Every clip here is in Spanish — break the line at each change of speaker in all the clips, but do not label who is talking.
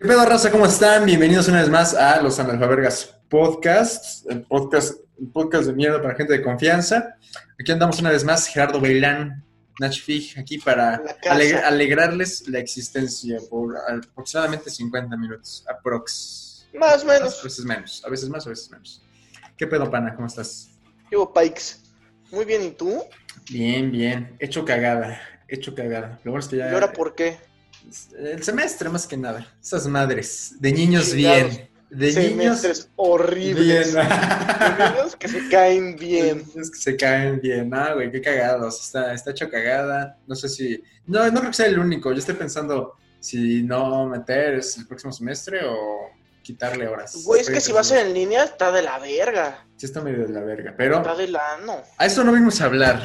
¿Qué pedo, raza? ¿Cómo están? Bienvenidos una vez más a Los Analfabergas Podcasts, el podcast, el podcast de mierda para gente de confianza. Aquí andamos una vez más, Gerardo Bailán, Nach Fig, aquí para
La casa.
aleg- alegrarles la existencia por aproximadamente 50 minutos, aprox.
Más o
A
menos.
veces menos, a veces más, a veces menos. ¿Qué pedo, pana? ¿Cómo estás?
Yo, Pikes. Muy bien, ¿y tú?
Bien, bien. Hecho cagada, hecho cagada. Lo bueno es que
¿Y
ya...
ahora por qué?
El semestre, más que nada. Esas madres. De niños
Chingados.
bien. De niños
Semestres horribles.
bien.
Niños que se caen bien.
Es que se caen bien, ah, güey, qué cagados, está, está hecho cagada, no sé si, no, no creo que sea el único, yo estoy pensando si no meter es el próximo semestre o quitarle horas.
Güey, es que
Estoy
si va a
pensando.
ser en línea, está de la verga.
Sí está medio de la verga, pero
Está de la no.
a eso no venimos a hablar,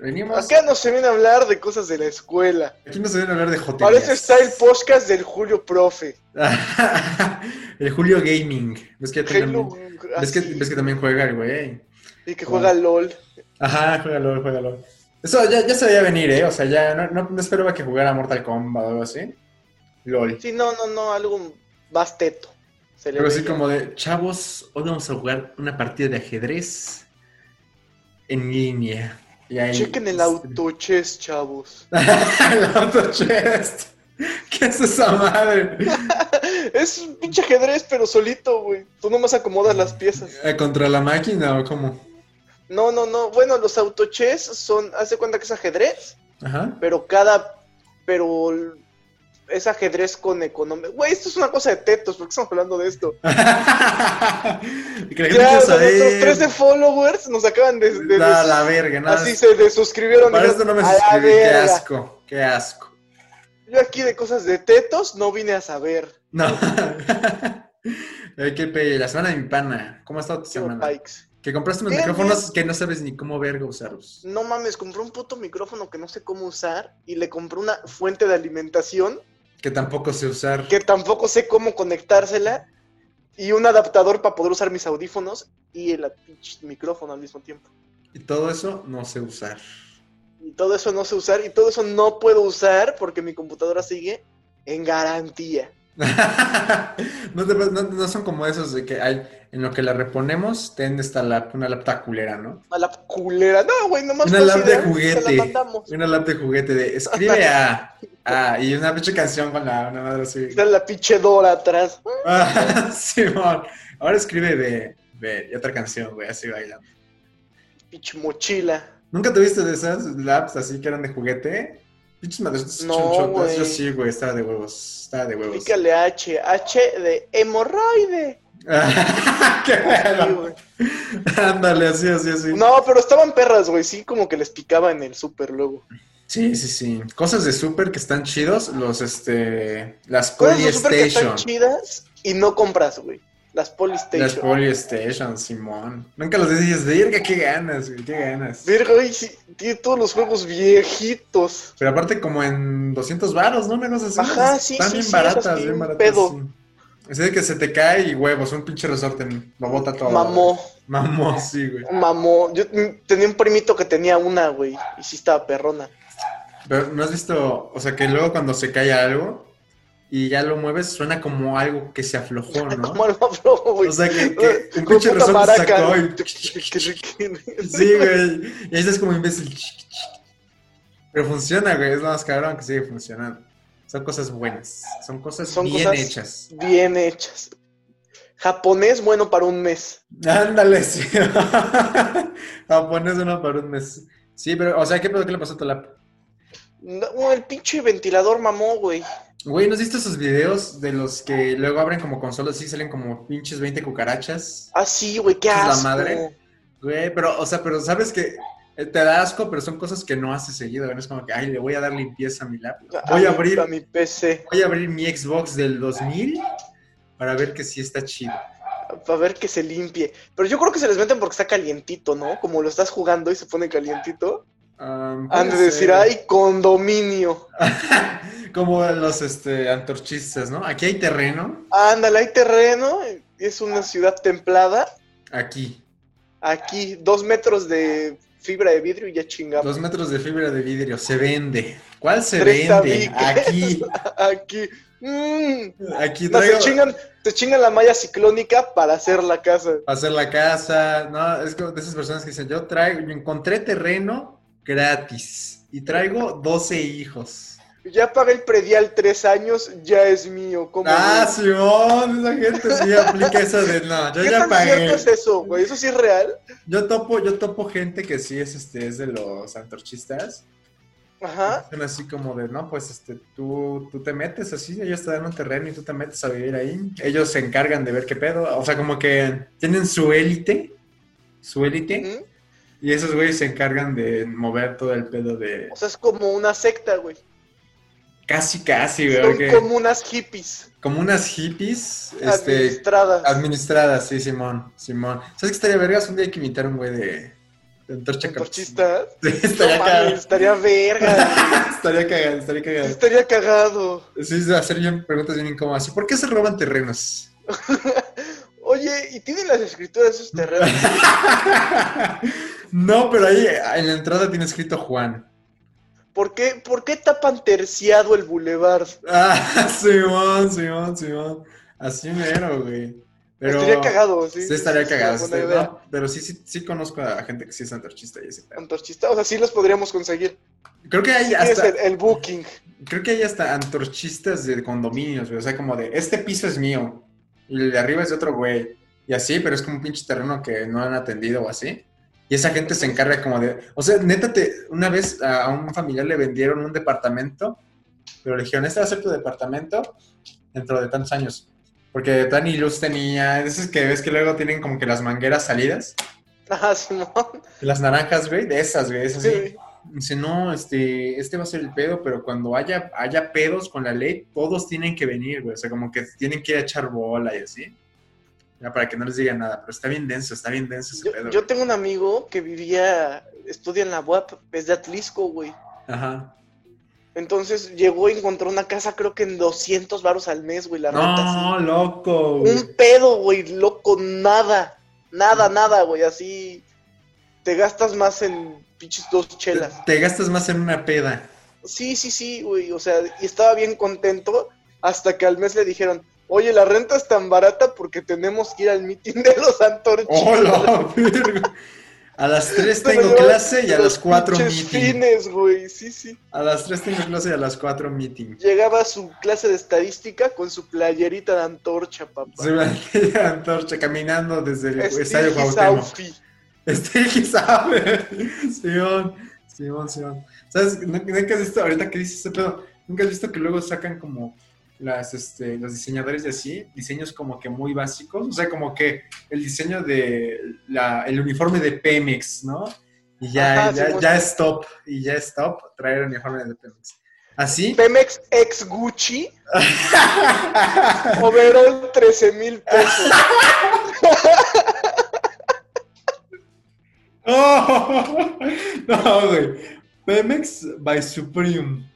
venimos,
Acá no se viene a hablar de cosas de la escuela.
aquí nos vienen a hablar de joterías.
Para eso está el podcast del Julio Profe.
el Julio Gaming, ves que, ya
Hello,
también, ves que,
así,
ves que también juega el güey.
Y que juega LOL.
Ajá, juégalo, juégalo. Eso ya, ya se veía venir, ¿eh? O sea, ya no, no, no esperaba que jugara Mortal Kombat o algo así. LOL.
Sí, no, no, no, algo más teto. Se le
Pero
veía.
así como de, chavos, hoy vamos a jugar una partida de ajedrez en línea. Y ahí-
Chequen el autochess, chavos.
el auto chest. ¿Qué es esa madre?
Es un pinche ajedrez, pero solito, güey. Tú nomás acomodas las piezas.
Eh, ¿Contra la máquina o cómo?
No, no, no. Bueno, los autochess son, hace cuenta que es ajedrez,
Ajá.
pero cada, pero l- es ajedrez con economía. Güey, esto es una cosa de tetos, ¿por qué estamos hablando de esto?
Y que la gente
Ya,
quiere
o sea, nuestros
saber.
tres de followers nos acaban de, de-
Da
de-
la verga, nada.
así se desuscribieron.
Para
dijeron,
esto no me
"A la
suscribí, qué
verga".
asco, qué asco.
Yo aquí de cosas de tetos no vine a saber.
No. Ay, qué pe- La semana de mi pana. ¿Cómo ha estado tu
Yo,
semana?
Pikes.
Que compraste unos
Bien,
micrófonos que no sabes ni cómo verga usarlos.
No mames, compré un puto micrófono que no sé cómo usar y le compré una fuente de alimentación
Que tampoco sé usar.
que tampoco sé cómo conectársela y un adaptador para poder usar mis audífonos y el pinche micrófono al mismo tiempo.
Y todo eso no sé usar.
Y todo eso no sé usar y todo eso no puedo usar porque mi computadora sigue en garantía.
no, te- no- no son como esos de que hay en lo que la reponemos, ten esta lap, una laptop culera, ¿no?
A la culera. No, güey, nomás
Una
fue
lap
así
de
"Ah, Te
juguete.
la mandamos.
Una lap de juguete de escribe a. a", y una pinche canción con la una madre así.
Está la pinche Dora atrás.
Ah, Simón. Ahora escribe de, de- y otra canción, güey, así bailando.
Pinche mochila.
¿Nunca tuviste de esas labs así que eran de juguete? Pinches madres
No,
chonchotas.
güey.
Yo sí, güey, estaba de huevos. Estaba de huevos.
Pícale H. H de hemorroide.
¡Qué
Sí,
pedo!
güey.
Ándale, así, así, así.
No, pero estaban perras, güey. Sí, como que les picaba en el súper luego.
Sí, sí, sí. Cosas de super que están chidos. Los, este. Las
Cosas de súper que están
Polystation.
chidas y no compras, güey. Las Polystation.
Las Polystation, Simón. Nunca los dices, verga, qué ganas, güey, qué ganas.
Verga, güey, sí, tiene todos los juegos viejitos.
Pero aparte como en 200 varos, ¿no? Una cosa así.
Ajá, sí,
Están
sí,
bien
sí,
baratas,
esas
bien
tienen
baratas.
pedo.
sí. Así de que se te cae y huevos, un pinche resorte, lo bota todo.
Mamó,
Mamó, sí, güey.
mamó. Yo mm, tenía un primito que tenía una, güey, y sí estaba perrona.
Pero no has visto, o sea, que luego cuando se cae algo y ya lo mueves, suena como algo que se aflojó, ¿no?
Como algo flojo, güey.
O sea, que, que un
Como
pinche resorte
puta
se
maraca,
sacó
¿no?
y... Sí, güey. Y ahí estás como imbécil. Pero funciona, güey. Es lo más cabrón que sigue funcionando. Son cosas buenas. Son cosas
Son
bien
cosas-
hechas.
Bien hechas. Japonés, bueno, para un mes.
Ándale, sí. Japonés uno para un mes. Sí, pero, o sea, ¿qué pedo que le pasó a tu lap?
No, el pinche ventilador mamó, güey.
Güey, ¿no has visto esos videos de los que luego abren como consolas y salen como pinches 20 cucarachas?
Ah, sí, güey, qué
Es la
asco.
madre. Güey, pero, o sea, pero sabes que eh, te da asco, pero son cosas que no haces seguido. ¿no? Es como que, ay, le voy a dar limpieza a mi lap. Voy a
mi-
abrir,
A mi PC.
voy a abrir mi Xbox del 2000 para ver que sí está chido.
Para ver que se limpie. Pero yo creo que se les meten porque está calientito, ¿no? Como lo estás jugando y se pone calientito.
Um, puede
Antes de decir,
ser.
ay, condominio.
Como los este, antorchistas, ¿no? Aquí hay terreno,
Ándale, hay terreno. Es
Ah.
una ciudad templada.
aquí.
Aquí, dos metros de fibra de vidrio y ya chingamos.
Dos metros de fibra de vidrio, se vende. ¿Cuál se vende?
Tres tabiques.
Aquí.
Aquí, Mm.
Aquí
No, te
traigo
chingan, te chingan la malla ciclónica para hacer la casa.
para hacer la casa. No, es como de esas personas que dicen, yo traigo, yo encontré terreno gratis y traigo 12 hijos.
Ya pagué el predial tres años, ya es mío. ¿Cómo
Ah,
no?
Simón, esa gente sí aplica esa de no, yo
¿Qué
ya
tan
pagué.
cierto es eso, güey? ¿Eso sí es real?
Yo topo, yo topo gente que sí es este, es de los antorchistas.
Ajá.
Son así como de, no, pues este, tú, tú te metes así, ellos te dan un terreno y tú te metes a vivir ahí. Ellos se encargan de ver qué pedo. O sea, como que tienen su élite, su élite,
Ujú.
y esos güeyes se encargan de mover todo el pedo de
O sea, es como una secta, güey.
casi, casi, güey.
Son
porque- Como...
como unas hippies
unas hippies, este,
administradas.
administradas, sí, Simón, Simón. ¿Sabes qué estaría vergas? Un día hay que invitar a un güey de, de antorcha campesina.
Antorchistas.
Sí,
No
estaría
mames,
cagado.
estaría verga.
Estaría cagado, estaría
güey.
cagado.
estaría cagado.
Sí, se va a hacer bien preguntas bien incómodas. ¿Por qué se roban terrenos?
Oye, ¿y tienen las escrituras de esos terrenos?
no, pero ahí en la entrada tiene escrito Juan.
¿Por qué, ¿Por qué tapan terciado el bulevar?
Ah, Simón, Simón, Simón. Así mero, güey. Pero
Estaría cagado, sí.
Sí, estaría
Sí, sí,
cagado.
es una
estaría-
buena idea.
no, pero sí, sí, sí conozco a gente que sí es antorchista y ese pedo.
Antorchista, o sea, sí los podríamos conseguir.
Creo que hay
Tienes
hasta,
el, el booking.
creo que hay hasta antorchistas de condominios, güey. O sea, como de este piso es mío. Y el de arriba es de otro güey. Y así, pero es como un pinche terreno que no han atendido o así. Y esa gente se encarga como de. O sea, neta, te, una vez a a un familiar le vendieron un departamento, pero le dijeron, este va a ser tu departamento dentro de tantos años. Porque tan luz tenía, esas que ves que luego tienen como que las mangueras salidas,
Ajá, Ah, Simón.
las naranjas, güey, de esas, güey, esas así.
Sí.
Dice, no, este, este va a ser el pedo, pero cuando haya, haya pedos con la ley, todos tienen que venir, güey. O sea, como que tienen que ir a echar bola y así. Ya para que no les digan nada, pero está bien denso, está bien denso ese pedo.
Yo, yo tengo un amigo que vivía, estudia en la UAP, es de Atlisco, güey.
güey. Ajá.
Entonces llegó y encontró una casa, creo que en 200 varos al mes, güey, la renta. así.
No, loco, güey. Mm.
Un pedo, güey, loco, nada. Nada, nada, güey, así. Te gastas más en pinches dos
Te,
chelas.
te gastas más en una peda.
Sí, sí, sí, güey, o sea, y estaba bien contento hasta que al mes le dijeron, oye, la renta es tan barata porque tenemos que ir al mitin de los antorchistas.
¡Hola! Oh, verga! a las 3
Esto me
tengo
lleva
clase y a
los
las 4
pinches
meeting.
fines, güey, sí, sí.
A las 3 tengo clase y a las 4 meeting.
Llegaba a su clase de estadística con su playerita de antorcha, papá.
Se va a antorcha caminando desde el estadio
Estigis
Cuauhtémoc.
Aufi.
Este que sabe. Simón, Simón, Simón. ¿Sabes? ¿Nu- Nunca has visto, ahorita que dices ese pedo, nunca has visto que luego sacan como las, este, los diseñadores de así, diseños como que muy básicos. O sea, como que el diseño de la, el uniforme de Pemex, ¿no? Y ya,
Ajá,
ya,
Simón.
ya es top, y ya es top traer el uniforme de Pemex. Así.
Pemex ex Gucci, overall 13 mil pesos.
¡Oh! No, güey. Pemex by Supreme.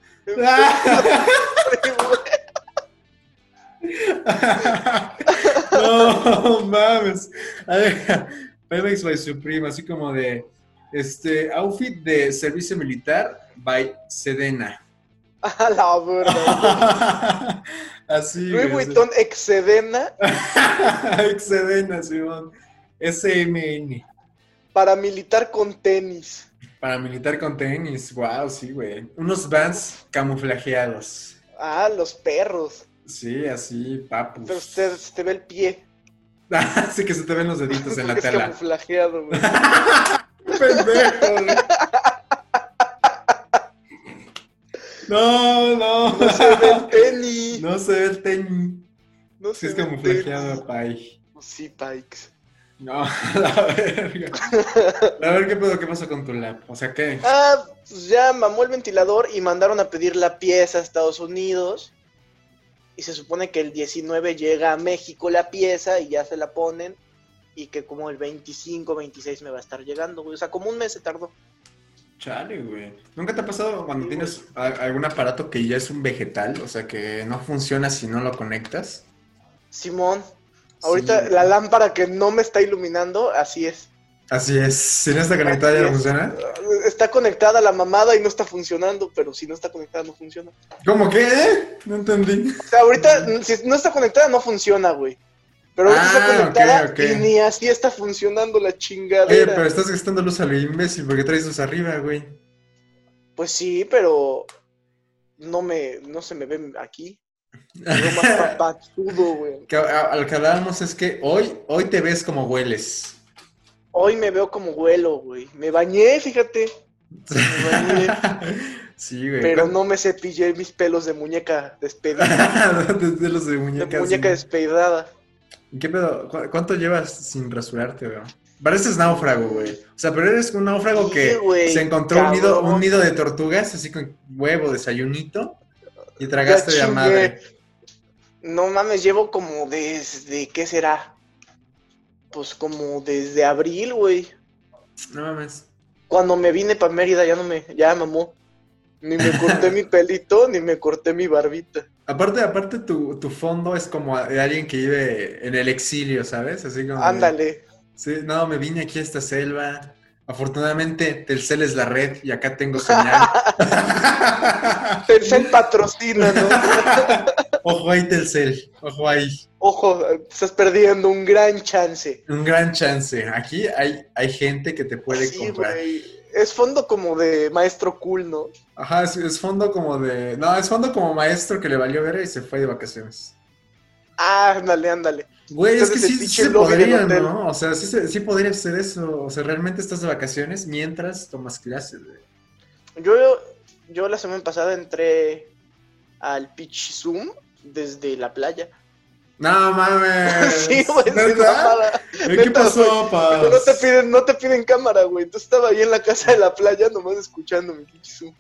no mames. A ver, Pemex by Supreme, así como de este outfit de servicio militar by Sedena.
A la verdad.
así.
Louis
güey, así.
Vuitton ex Sedena,
Sedena, Simón. SMN.
paramilitar con tenis.
Paramilitar con tenis. Wow, sí, güey. Unos vans camuflajeados.
Ah, los perros.
Sí, así, papus.
Pero usted se te ve el pie.
Así que se te ven los deditos en la
es
tela.
camuflajeado, güey.
Pendejo. güey. No, no.
No se ve el tenis.
No se ve el tenis.
No
Sí,
se
es
ve el
camuflajeado,
tenis.
pay.
Pues Sí, Pikes.
No, la verga. A ver qué pedo, qué pasó con tu lap. O sea, ¿qué?
Ah, pues ya mamó el ventilador y mandaron a pedir la pieza a Estados Unidos. Y se supone que el 19 llega a México la pieza y ya se la ponen. Y que como el 25, 26 me va a estar llegando, güey. O sea, como un mes se tardó.
Chale, güey. ¿Nunca te ha pasado cuando tienes a- algún aparato que ya es un vegetal? O sea, que no funciona si no lo conectas.
Simón, ahorita
Sí.
la lámpara que no me está iluminando, así es.
Así es. Si no está conectada ya no
Así es.
funciona.
Está conectada la mamada y no está funcionando, pero si no está conectada no funciona.
¿Cómo que? eh? No entendí.
O sea, ahorita si no está conectada no funciona, güey. Pero ahorita
Ah,
está conectada
ok, ok.
y ni así está funcionando la
Eh,
chingadera.
pero estás gastando luz a lo imbécil porque traes luz arriba, güey.
Pues sí, pero no me, no se me ve aquí. Me veo más papachudo, güey.
Que a- a- Al que hablábamos es que hoy, hoy te ves como hueles.
Hoy me veo como vuelo, güey. Me bañé, fíjate,
sí, güey.
pero no me cepillé mis pelos de muñeca despedida.
Desde los de
De
muñecas.
muñeca
¿no?
despedada.
¿Qué pedo? ¿Cu- ¿Cuánto llevas sin rasurarte, güey? Pareces náufrago, güey. O sea, pero eres un náufrago
Sí,
que
güey,
se encontró un nido,
cabrón.
un nido de tortugas, así con huevo, desayunito, y
Ya
tragaste de
chingué.
madre.
No mames, llevo como desde, ¿qué será? Pues como desde abril, güey.
No mames.
Cuando me vine para Mérida ya no me, ya mamó. Ni me corté mi pelito, ni me corté mi barbita.
Aparte, aparte tu, tu fondo es como a- de alguien que vive en el exilio, ¿sabes? Así como. de-
Ándale.
Sí, no, me vine aquí a esta selva. Afortunadamente, Telcel es la red y acá tengo señal.
Telcel patrocina, ¿no?
Ojo ahí, Telcel. Ojo ahí.
Ojo, estás perdiendo un gran chance.
Un gran chance. Aquí hay, hay gente que te puede
Sí,
comprar.
güey. Es fondo como de maestro cool, ¿no?
Ajá, es, es fondo como de. No, es fondo como maestro que le valió ver y se fue de vacaciones.
Ah, ándale, ándale.
Güey, es que
Entonces, el
sí, sí
pinche
se
lobby del
podría,
hotel.
¿no? O sea, sí, se- sí podría ser eso. O sea, realmente estás de vacaciones mientras tomas clases. güey.
Yo, yo la semana pasada entré al pitch Zoom desde la playa.
No mames.
sí, güey, sin
Ah, ¿Neta? Ah.
mamada.
¿Eh, ¿Qué
Neta,
pasó, pa?
No te piden, no te piden cámara, güey. Tú estaba ahí en la casa de la playa nomás escuchando mi pitch Zoom.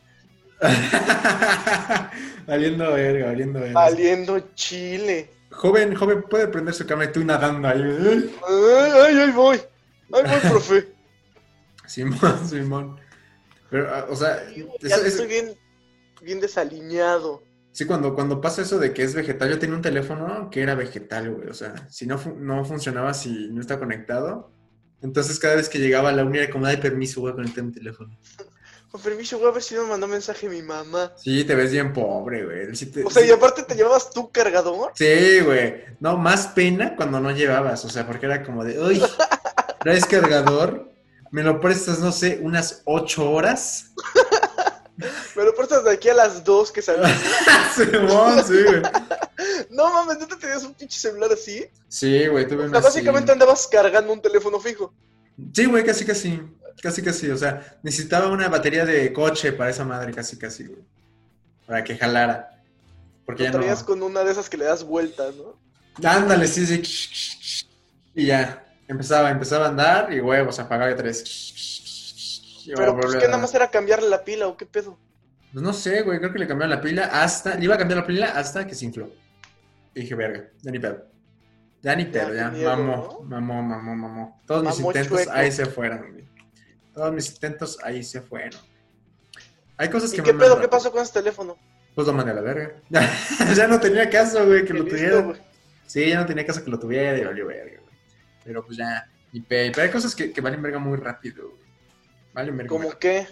valiendo verga, valiendo verga.
Valiendo chile.
Joven, joven, puede prender su cámara y tú nadando ahí. güey.
Ay, ay, ahí voy. Ahí voy, profe.
Simón, Simón. Pero, ah, o sea,
Sí, güey,
eso-
Ya
eso-
estoy bien, bien desaliñado.
sí, cuando, cuando pasa eso de que es vegetal, yo tenía un teléfono que era vegetal, güey. O sea, si no, fu- no funcionaba, si no está conectado. Entonces, cada vez que llegaba a la uni era como, ay, permiso, voy a conectar mi teléfono.
Con permiso, güey, a ver si me mandó mensaje mi mamá.
Sí, te ves bien pobre, güey. Sí te-
O sea,
Eh, sí-
y aparte te llevabas tu cargador.
Sí, güey. No, más pena cuando no llevabas, o sea, porque era como de, uy, traes cargador, me lo prestas, no sé, unas ocho horas.
Me lo prestas de aquí a las 2 que salí.
Ah. Simón, sí, güey.
No mames, ¿no te tenías un pinche celular así?
Sí, güey, tuve
O sea,
una así.
básicamente andabas cargando un teléfono fijo.
Sí, güey, casi casi. Casi casi, o sea, necesitaba una batería de coche para esa madre, casi casi, güey. Para que jalara. Porque
Lo
ya no.
traías con una de esas que le das vuelta, ¿no?
Ándale, sí, sí. Y ya. Empezaba, empezaba a andar y huevos, apagaba y tres. Y
Pero
volvía
pues
a
que nada
dar.
más era cambiarle la pila o qué pedo.
Pues no sé, güey, creo que le cambiaron la pila hasta. Le iba a cambiar la pila hasta que se infló. Y dije, verga, ya ni pedo. Ya ni pedo, ya.
qué miedo,
mamó,
¿no?
mamó, mamó, mamó. Todos mis
Mamó
intentos
chueco.
ahí se fueron, güey. Todos mis intentos ahí se fueron. Hay cosas
¿Y
que
qué
me
pedo?
mandan-
¿Qué pasó con ese teléfono?
Pues lo mandé a la verga. ya no tenía caso, güey, que
Qué
lo
listo,
tuviera.
güey.
Sí, ya no tenía caso que lo tuviera y valió verga, güey. Pero pues ya, ni pedo. Pero hay cosas que, que valen verga muy rápido, güey. Valen verga. muy
¿Cómo qué?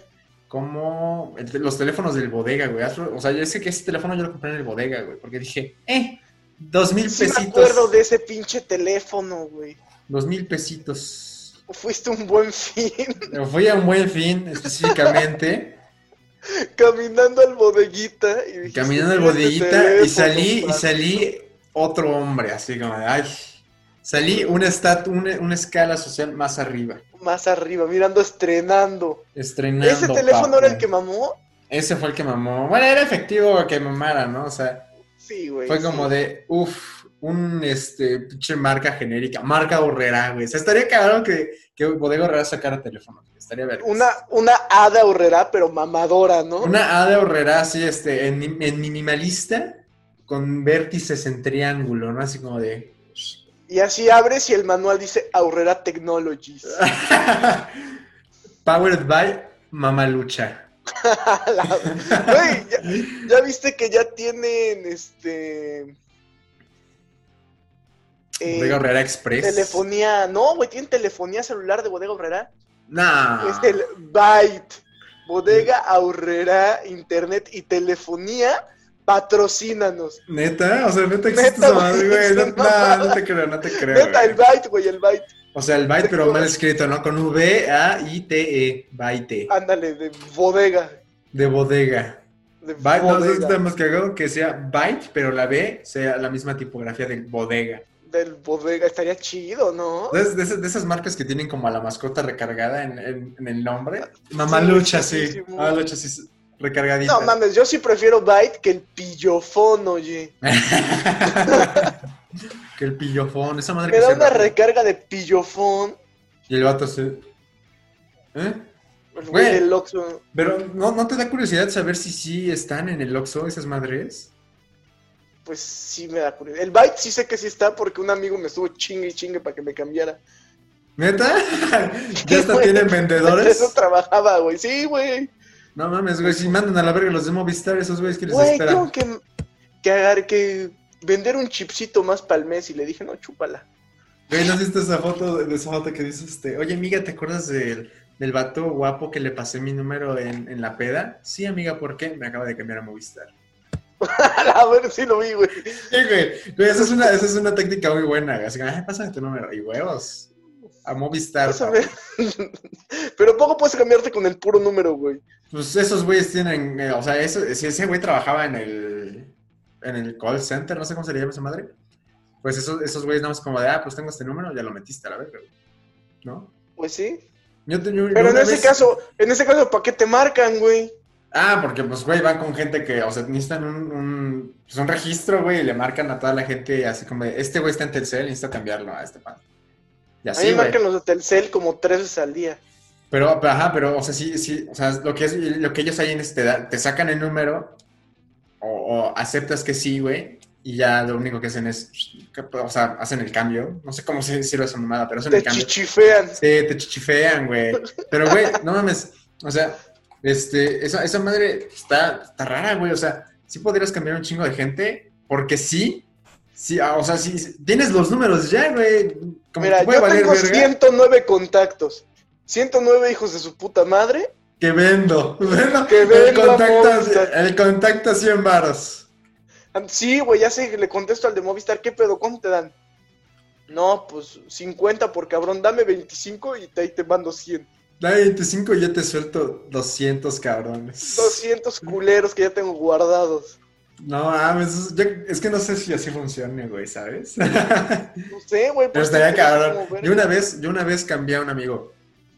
como el te- los teléfonos del bodega, güey. Hazlo- O sea, yo sé que ese teléfono yo lo compré en el bodega, güey, porque dije, eh, dos mil
Sí me acuerdo
pesitos.
de ese pinche teléfono, güey.
Dos mil pesitos.
Fuiste un buen fin
Me Fui a un buen fin, específicamente,
caminando al bodeguita. Y dijiste,
caminando en
"Mira este
bodeguita y
teléfono,
salí, y
pa".
salí otro hombre, así como de, ay. Salí una, estat- una, una escala social más arriba,
Más arriba, mirando, estrenando.
estrenando.
¿Ese teléfono era el
papu.
que mamó?
Ese fue el que mamó. Bueno, era efectivo que mamara, ¿no? O sea,
Sí, güey.
Fue
sí.
como de, uff, un este, pinche marca genérica, marca horrera, güey. O sea, estaría cabrón que, que Bodega Horrera sacara teléfono, güey. estaría verga.
Una, una hada horrera, pero mamadora, ¿no?
Una A de horrera así, este, en, en minimalista, con vértices en triángulo, ¿no? Así como de.
Y así abres y el manual dice Aurrera Technologies.
Powered by Mamalucha.
A la- Güey, ya, ya viste que ya tienen este. eh,
Bodega Horrera Express.
telefonía, no, güey, tienen telefonía celular de Bodega Horrera.
Nah.
Es el Byte. Bodega Horrera, internet y telefonía, patrocínanos.
Neta, o sea, neta existe
Neta,
esa madre,
güey,
güey.
es
No,
una
nah,
mamada.
no te creo, no te creo.
Neta,
güey.
el Byte, güey, el Byte.
O sea, el byte, pero mal escrito, ¿no? Con V, A, I, T, E. Byte.
Ándale, de bodega.
De bodega.
De
Byte, no sé si
bodega.
está más cagado que sea byte, pero la B sea la misma tipografía de bodega.
Del bodega, estaría chido, ¿no?
¿Sabes? De, esas- de esas marcas que tienen como a la mascota recargada en, en- en el nombre. Mamalucha, sí.
muchísimo.
Mamalucha, sí. Recargadita.
No mames, yo sí prefiero Byte que el pillofón, oye.
que el pillofón, esa madre
Me
que
da
se
una
rapa.
recarga de pillofón.
Y el vato se. ¿Eh?
El güey
Güey.
del Oxxo.
Pero ¿no, ¿no te da curiosidad saber si sí están en el Oxxo esas madres?
Pues sí me da curiosidad. El Byte sí sé que sí está porque un amigo me estuvo chingue y chingue para que me cambiara.
¿Neta?
Sí,
¿Ya hasta
güey.
tienen
Eso
vendedores?
trabajaba, güey. Sí, güey.
No mames, güey, si mandan a la verga los de Movistar, esos güeyes que les
Güey, tengo
esperan.
que, que, agar- que vender un chipsito más para el mes y le dije, no, chúpala.
Güey, ¿no has visto esa foto, de esa foto que dice este? Oye, amiga, ¿te acuerdas del, del vato guapo que le pasé mi número en, en la peda? Sí, amiga, ¿por qué? Me acaba de cambiar a Movistar.
A ver si lo vi, güey.
Sí, güey. Güey, esa es una, esa es una técnica muy buena. Así que, "Ay, pásame tu número. Y huevos. A Movistar.
Pásame. Pero poco puedes cambiarte con el puro número, güey.
Pues esos güeyes tienen, eh, o sea, eso, si ese güey trabajaba en el, en el call center, no sé cómo se le llama esa madre, pues esos, esos güeyes nada más como de, ah, pues tengo este número, ya lo metiste a la verga, güey. ¿no?
Pues sí.
Yo tenía un-
Pero en
una
ese
vez-
caso, en ese caso, ¿para qué te marcan, güey?
Ah, porque pues, güey, van con gente que, o sea, necesitan un, un, pues, un registro, güey, y le marcan a toda la gente así como de, este güey está en Telcel, necesita cambiarlo a este pan. Y
a mí
así,
me
güey.
marcan los de Telcel como tres veces al día.
Pero, pero, ajá, pero, o sea, sí, sí, o sea, lo que, es, lo que ellos hay en este, da- te sacan el número o, o aceptas que sí, güey, y ya lo único que hacen es, que, o sea, hacen el cambio. No sé cómo se sirve esa mamada, pero hacen
Te
el cambio.
chichifean.
Sí, te chichifean, güey. Pero, güey, no mames, o sea, este, esa, esa madre está, está rara, güey, o sea, sí podrías cambiar un chingo de gente porque sí, sí, ah, o sea, sí, tienes los números ya, güey. Como
Mira,
te puede
yo
valer
tengo
verga.
109 contactos. 109 hijos de su puta madre.
Que vendo. Vendo.
Que vendo
El contacto,
Movistar.
el contacto a 100 varos.
Ah, Sí, güey, ya sé, le contesto al de Movistar, ¿qué pedo? ¿Cuánto te dan? No, pues 50 por cabrón, dame 25 y te, ahí te mando 100.
Da 25 y yo te suelto 200 cabrones.
200 culeros que ya tengo guardados.
No mames, es, yo- es que no sé si así funcione, güey, ¿sabes?
No sé, güey.
Pero
pues,
estaría
no sé
cabrón.
cómo ver.
Yo una vez, yo una vez cambié a un amigo.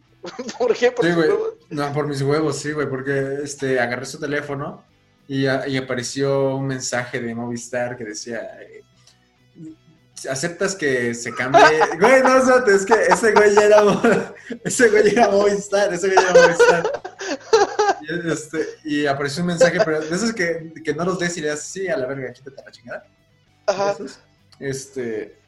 ¿Por qué? Por
Sí,
sus
güey.
huevos.
No, por mis huevos, sí, güey, porque este, agarré su teléfono y, a- y apareció un mensaje de Movistar que decía, eh, ¿aceptas que se cambie? güey, no, espérate, es que ese güey ya era, Mo- ese güey era Movistar, ese güey era Movistar. Y, este, y apareció un mensaje, pero de esos que, que no los des y le das, sí, a la verga, quítate la chingada.
Ajá.
Esos. Este,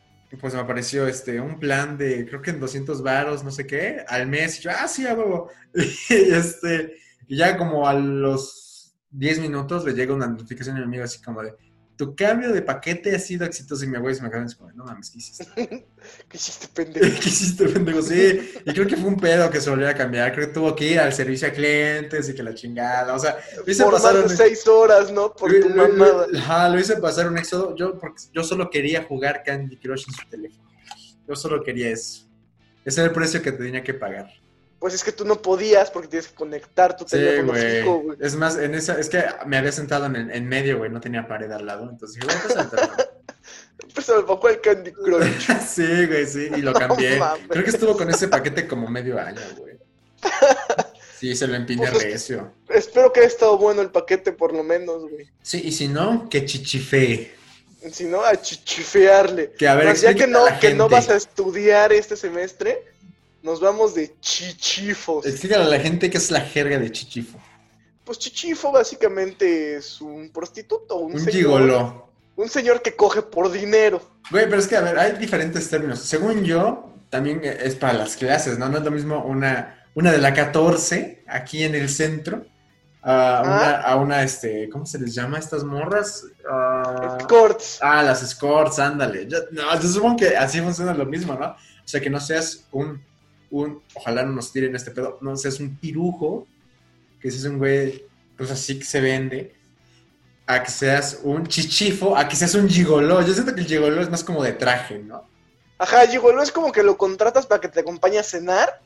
pues me apareció este, un plan de, creo que en 200 varos, no sé qué, al mes. Y yo, ah, sí, a huevo. Y este, y ya como a los 10 minutos le llega una notificación a mi amigo así como de, tu cambio de paquete ha sido exitoso. Y mi güey se me acaba de no mames, ¿qué hiciste?
¿Qué hiciste, pendejo?
¿Qué hiciste, pendejo? Sí. Y creo que fue un pedo que se volvió a cambiar. Creo que tuvo que ir al servicio a clientes y que la chingada. O sea, lo hice
Por
pasar
más de
un-
seis horas, ¿no? Por tu
Lo- lo-
mamada.
Ajá, lo hice pasar un éxodo. Yo, porque yo solo quería jugar Candy Crush en su teléfono. Yo solo quería eso. Ese era el precio que tenía que pagar.
Pues es que tú no podías porque tienes que conectar tu
Sí,
teléfono
güey.
fijo, güey.
Es más, en esa, es que me había sentado en, en medio, güey. No tenía pared al lado. Entonces dije, voy a pasar
Pues me poco el Candy Crush.
Sí, güey, sí. Y lo cambié.
mames.
Creo que estuvo con ese paquete como medio año, güey. Sí, se lo empiné
Pues es-
recio.
Espero que haya estado bueno el paquete, por lo menos, güey.
Sí, y si no, que chichifé.
Si no, a chichifearle.
Que a ver,
Más Pues ya que
explícale
no,
a la
que no
gente.
vas a estudiar este semestre, nos vamos de chichifos.
Explícale a la gente qué es la jerga de chichifo.
Pues chichifo básicamente es un prostituto, un,
Un
señor.
gigoló.
Un señor que coge por dinero.
Güey, pero es que, a ver, hay diferentes términos. Según yo, también es para las clases, ¿no? No es lo mismo una, una de la 14 aquí en el centro a una,
Ah.
a una, este, ¿cómo se les llama a estas morras? Ah,
Escorts.
ah, las escorts, ándale. Yo, no, yo supongo que así funciona lo mismo, ¿no? O sea, que no seas un, un, ojalá no nos tiren este pedo, no seas un pirujo, que seas un güey, pues así que se vende, a que seas un chichifo, a que seas un gigoló. Yo siento que el gigoló es más como de traje, ¿no?
Ajá, Gigolo es como que lo contratas para que te acompañe a cenar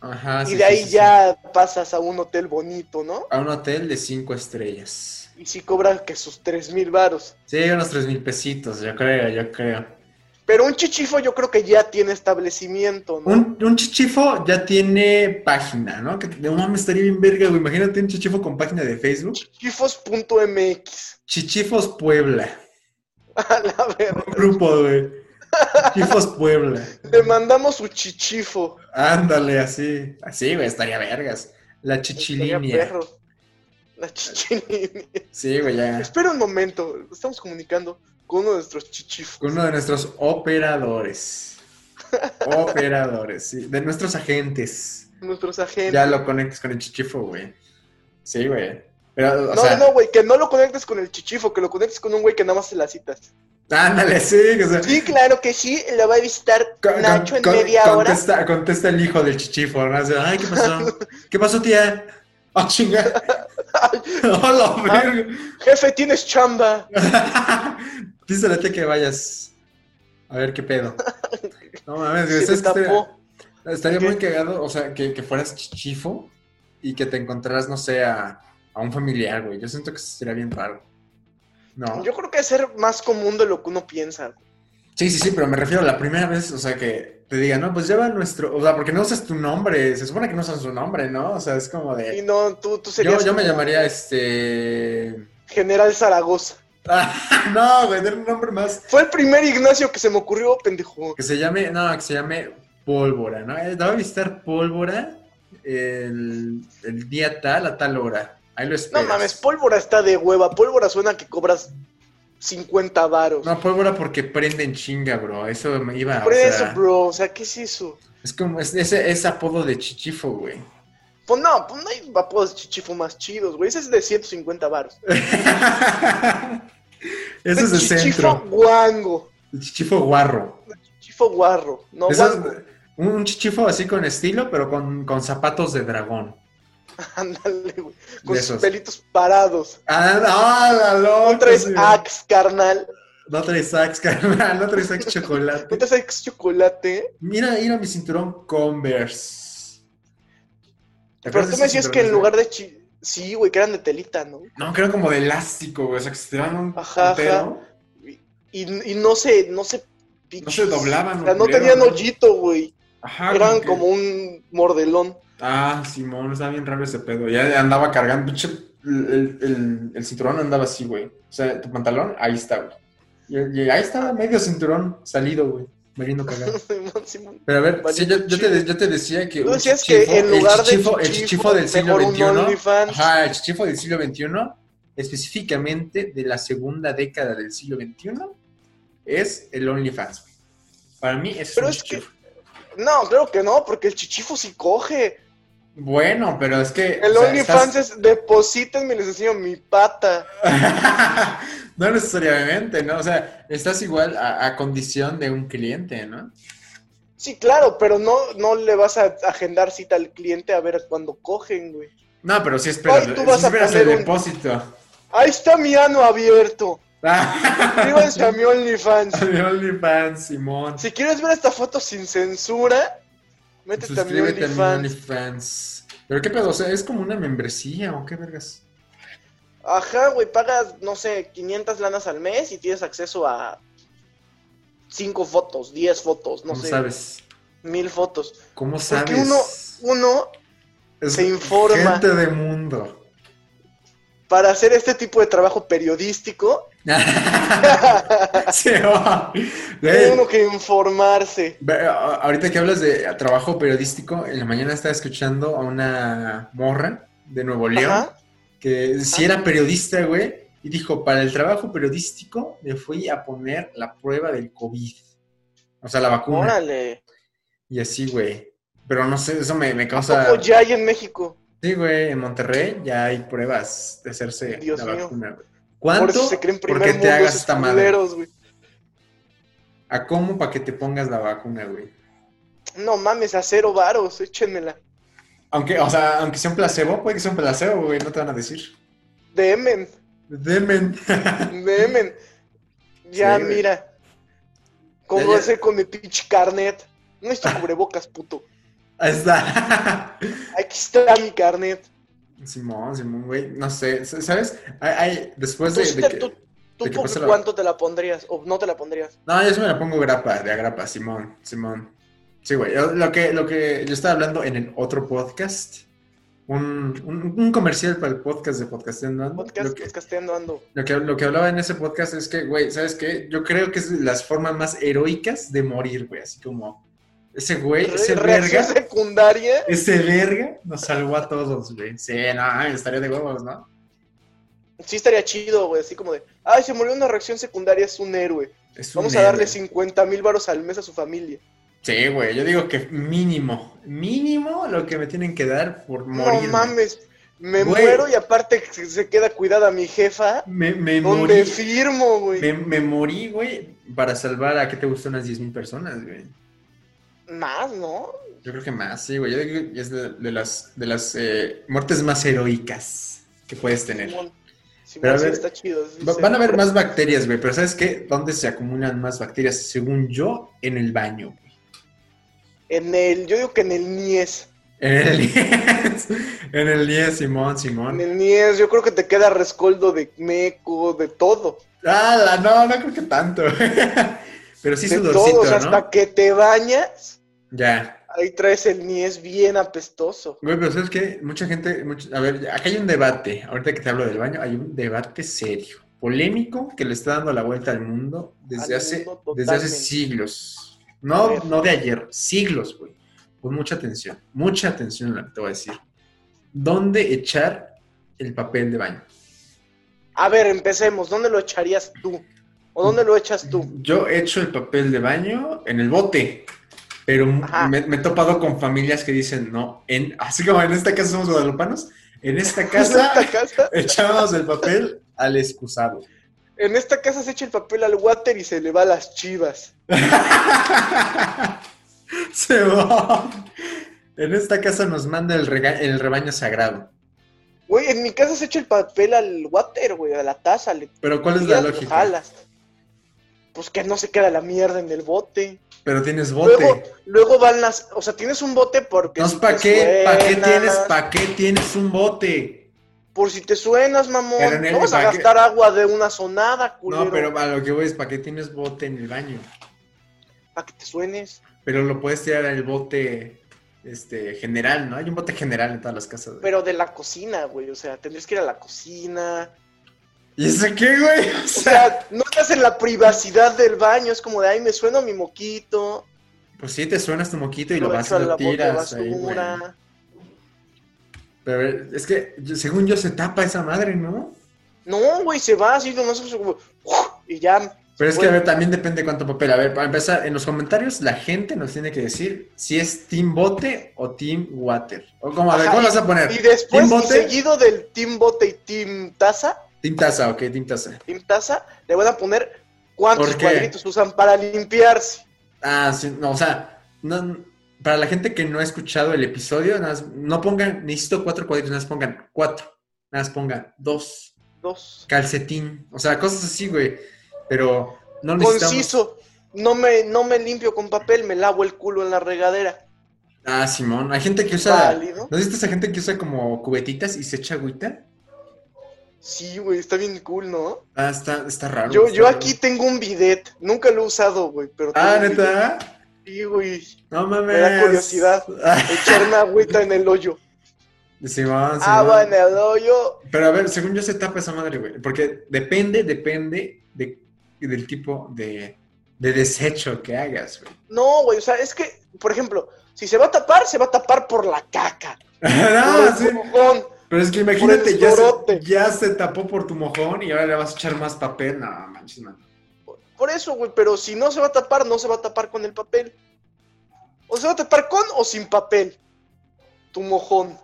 Ajá.
y
Ah, sí,
de ahí
sí, sí,
ya pasas a un hotel bonito, ¿no?
sí. A un hotel de cinco estrellas.
Y sí cobras que sus tres mil varos.
Sí, unos tres mil pesitos, yo creo, yo creo.
Pero un chichifo yo creo que ya tiene establecimiento, ¿no?
Un, un chichifo ya tiene página, ¿no? Que de me estaría bien verga, güey. Imagínate un chichifo con página de Facebook.
Chichifos.mx.
Chichifos Puebla.
A la verga.
Un grupo, güey. Chichifos Puebla.
Te mandamos su chichifo.
Ándale, así. Así, güey, estaría vergas. La
Estaría
chichilinia.
perro. La chichilinia.
Sí, güey, ya.
Espera un momento. Estamos comunicando con uno de nuestros chichifos.
Con uno de nuestros operadores. Operadores, sí. De nuestros agentes.
Nuestros agentes.
Ya lo conectas con el chichifo, güey. Sí, güey. Pero, o
no,
sea,
no, güey, que no lo conectes con el chichifo, que lo conectes con un güey que nada más se la citas.
ándale, sí. que sea-
Sí, claro que sí, la va a visitar
Con-
Nacho
con-
en
con-
media hora.
contesta, Contesta el hijo del chichifo, ¿no? Así, Ay, ¿qué pasó? ¿Qué pasó, tía? ¡Ah, chinga! ¡Hola,
Ah.
verga!
Jefe, tienes chamba.
Dice la tía que vayas a ver qué pedo. No mames, güey, ¿sabes
Se te
qué estaría,
tapó.
estaría
¿Qué?
muy cagado, o sea, que, que fueras chichifo y que te encontraras, no sé, a, a un familiar, güey. Yo siento que eso sería bien raro. No.
Yo creo que es ser más común de lo que uno piensa.
Sí, sí, sí, pero me refiero a la primera vez, o sea, que te digan, no, pues lleva nuestro, o sea, porque no usas tu nombre, se supone que no usas tu nombre, ¿no? O sea, es como
Y
de...
no, tú, tú
Eh. Yo,
serías
yo me llamaría este...
General Zaragoza.
Ah, no, güey, dar un nombre más.
Fue el primer Ignacio que se me ocurrió, pendejo.
Que se llame, no, que se llame Pólvora, ¿no? Eh, La va a visitar Pólvora el, el día tal, a tal hora. Ahí lo
No
esperas.
mames, pólvora está de hueva. Pólvora suena que cobras 50 varos.
No, Pólvora porque prenden chinga, bro. Eso me iba,
Por
Ah, o
eso,
sea,
bro. O sea, ¿qué es eso?
Es como, es, ese es apodo de chichifo, güey.
Pues no, pues no hay apodos chichifo más chidos, güey. Ese es de 150 varos.
Ese es de
chichifo
centro.
guango.
El chichifo guarro.
Chichifo guarro. No,
Eso es
guango.
un, un chichifo así con estilo, pero con, con zapatos de dragón.
Ándale, güey. Con
De
sus
esos.
pelitos parados.
¡Ah, ah, la loca!
No traes
sí.
Axe, carnal.
No traes sax, carnal. No traes sax
No
chocolate.
traes Axe chocolate.
Mira, mira mi cinturón Converse. ¿Te
Pero
acuerdas
tú
de
me
esos
decías que en
cinturones,
lugar de chi- Sí, güey, que eran de telita, ¿no?
güey? No, que era como de elástico, güey. O sea, que se tiraban un
Ajá,
putero.
Y, y no se, no se
No se doblaban.
O sea, no
culero,
tenían
¿no? Ah,
hoyito, güey.
Ajá,
Eran
que-
como un mordelón.
Ah, Simón, estaba bien raro ese pedo. Ya andaba cargando, pinche, el, el- el cinturón andaba así, güey. O sea, tu pantalón, ahí está, güey. Y, y ahí estaba medio cinturón salido, güey. Valiendo cagado.
Simón, Simón.
Pero a ver,
Valiendo
sí, yo, yo te, de- yo te decía que.
Tú
un
decías que
chichifo-
en lugar
el
de
chichifo, el
chichifo,
chichifo del siglo
mejor un
XXI.
OnlyFans.
Ajá, el chichifo del siglo XXI, específicamente de la segunda década del siglo XXI, es el OnlyFans, güey. Para mí es
Pero
un
es que-
chichifo.
No, creo que no, porque el chichifo sí coge.
Bueno, pero es que.
El
o sea,
OnlyFans
estás-
es deposítenme y les enseño mi pata.
no necesariamente, ¿no? O sea, estás igual a, a condición de un cliente, ¿no?
Sí, claro, pero no, no le vas a agendar cita al cliente a ver cuándo cogen, güey.
No, pero si esperas,
Ay, tú
sí
vas a
esperas
poner
el
un-
depósito.
Ahí está mi ano abierto.
Ah,
Escríbanse a mi OnlyFans.
mi OnlyFans, Simón.
Si quieres ver esta foto sin censura, métete a mi
Suscríbete a mi
OnlyFans.
OnlyFans. Pero qué pedo, o sea, es como una membresía o qué vergas.
Ajá, güey, pagas, no sé, 500 lanas al mes y tienes acceso a 5 fotos, 10 fotos, no
¿Cómo
sé,
sabes?
mil fotos.
¿Cómo
Porque
sabes?
uno, uno,
Es
se informa.
Gente de mundo.
para hacer este tipo de trabajo periodístico,
sí, oh. va.
tiene uno que informarse.
Ve, a- Ahorita que hablas de trabajo periodístico, en la mañana estaba escuchando a una morra de Nuevo León
Ajá. Ah.
que si era periodista, güey, y dijo, para el trabajo periodístico me fui a poner la prueba del COVID, o sea, la vacuna,
Órale.
y así, güey. Pero no sé, eso me, me
¿A
causa...
poco ya hay en México?
Sí, güey, en Monterrey ya hay pruebas de hacerse
Dios
la
mío.
vacuna. güey.
Por
¿Cuánto?
eso se creen primer
Porque te
mundo
hagas
esos
esta madre.
culeros, güey.
¿A cómo para que te pongas la vacuna, güey?
No mames, a cero varos, échenmela.
Aunque, o sea, aunque sea un placebo, puede que sea un placebo, güey, no te van a decir.
Demen,
Demen.
demen. Ya,
Sí, güey.
mira. ¿Cómo
Ya, ya.
hacer con mi pinche carnet? No estoy cubrebocas, puto.
Ahí está.
Aquí está mi carnet.
Simón, Simón, güey, no sé, ¿sabes? Hay, hay- después
Tú,
de,
sí
de
te-
que...
tú- tú
de que
por
pase la-
cuánto te la pondrías o no te la pondrías.
No, yo se me la pongo grapa, de agrapa, Simón, Simón. Sí, güey, yo- lo que, lo que yo estaba hablando en el otro podcast, un, un, un comercial para el podcast de Podcasteando, ¿no?
Podcast,
Lo que-
podcasteando ando.
Lo que, lo que hablaba en ese podcast es que, güey, ¿sabes qué? Yo creo que es de las formas más heroicas de morir, güey. Así como, ese güey, ese
Re- reacción
Eh, verga,
secundaria.
ese verga nos salvó a todos, güey. Sí, no, estaría de huevos, ¿no?
Sí estaría chido, güey, así como de, ay, se murió una reacción secundaria, es un héroe.
Es un
Vamos a darle
héroe.
50 mil varos al mes a su familia.
Sí, güey, yo digo que mínimo, mínimo lo que me tienen que dar por morir.
No
güey.
mames, me
Güey.
muero y aparte se- se queda cuidada mi jefa.
Me, me
¿Dónde
morí,
firmo, güey?
me, me morí, güey, para salvar a que te gustan unas 10.000 personas, güey.
Más, ¿no?
Yo creo que más, sí, güey. Yo digo que es de, de las, de las eh, muertes más heroicas que puedes tener.
Simón. Simón,
Pero a
sí,
ver,
está chido. sí,
Va-
sí.
van a haber más bacterias, güey, pero ¿sabes qué? ¿Dónde se acumulan más bacterias? Según yo, en el baño, güey.
En el, yo digo que en el E Nies.
En el 10, en el 10, Simón, Simón.
En el Nies, yo creo que te queda rescoldo de meco, de todo.
Ah, no, no creo que tanto. güey. Pero sí
de
sudorcito,
o sea,
¿no?
hasta que te bañas,
Ya.
ahí traes el Nies bien apestoso.
Güey, pero ¿sabes qué? Mucha gente, mucha- a ver, acá hay un debate, ahorita que te hablo del baño, hay un debate serio, polémico, que le está dando la vuelta al mundo desde,
Al
hace,
mundo
desde hace
totalmente.
siglos.
A
No,
ver.
no de ayer, siglos, güey. Con mucha atención, mucha atención a lo que te voy a decir. ¿Dónde echar el papel de baño?
A ver, empecemos. ¿Dónde lo echarías tú? ¿O dónde lo echas tú?
Yo echo el papel de baño en el bote, pero
Ajá.
me, me he topado con familias que dicen, no, en, así como en esta casa somos guadalupanos, en esta casa...
En esta casa,
Echamos el papel al excusado.
en esta casa se echa el papel al water y se le va a las chivas.
Se va. En esta casa nos manda el, rega- el rebaño sagrado.
Güey, en mi casa se echa el papel al water, güey, a la taza. Le
Pero ¿cuál es la
tiras, lo
lógica?
jalas. Pues que no se queda la mierda en el bote.
Pero tienes bote.
Luego, luego van las. O sea, tienes un bote porque.
Entonces,
si
¿para
te
qué? ¿Para qué
suenas,
tienes? ¿Para qué tienes un bote?
Por si te suenas,
Pero en
mamón.
el-
No vas a
¿para qué?
gastar agua de una sonada, culero.
No, pero a lo que voy es, ¿para qué tienes bote en el baño?
Para que te suenes.
Pero lo puedes tirar al bote este, general, ¿no? Hay un bote general en todas las casas. güey.
Pero de la cocina, güey. O sea, tendrías que ir a la cocina.
¿Y ese qué, güey? O sea,
O sea, no estás en la privacidad del baño, es como de, ay, me suena mi moquito,
pues sí, te suenas tu moquito y lo,
lo
vas
echo a
y
la
lo
boca de
tiras. ahí, güey.
basura.
Pero a ver, es que yo- según yo se tapa esa madre, ¿no?
No, güey, se va así, nomás es como, ¡uf! y ya.
Pero es que,
Güey.
a ver, también depende cuánto papel. A ver, para empezar, en los comentarios la gente nos tiene que decir si es Team Bote o Team Water. O como, a ver,
Ajá,
¿cómo lo vas a poner?
Y después,
¿Team
y
bote?
seguido del Team Bote y Team Taza,
Team Taza, ok, Team Taza.
Team Taza, le van a poner cuántos
¿Por qué?
cuadritos usan para limpiarse.
Ah, sí, no, o sea, no- para la gente que no ha escuchado el episodio, nada más- no pongan, necesito cuatro cuadritos, nada más pongan cuatro, nada más pongan dos,
Dos.
calcetín, o sea, cosas así, güey. Pero no necesitamos...
Conciso. No me, no me limpio con papel, me lavo el culo en la regadera.
Ah, Simón, hay gente que usa...
Válido.
¿No has visto esa gente que usa como cubetitas y se echa agüita?
Sí, güey, está bien cool, ¿no?
Ah, está, está raro.
Yo,
está
yo
raro.
aquí tengo un bidet. Nunca lo he usado, güey, pero tengo
Ah,
un bidet.
neta.
Sí, güey.
No mames.
Me da curiosidad.
Ah,
Echar una agüita en el hoyo.
Simón, Simón.
Agua en el hoyo.
Pero a ver, según yo se tapa esa madre, güey. Porque depende, depende de, del tipo de, de desecho que hagas, güey.
No, güey, o sea, es que, por ejemplo, si se va a tapar, se va a tapar por la caca. por
no,
el
Ah, sí.
mojón.
Pero es que imagínate,
el
ya se,
sorote.
ya se tapó por tu mojón y ahora le vas a echar más papel. No, manches, man.
Por eso, güey, pero si no se va a tapar, no se va a tapar con el papel. O se va a tapar con o sin papel. Tu mojón.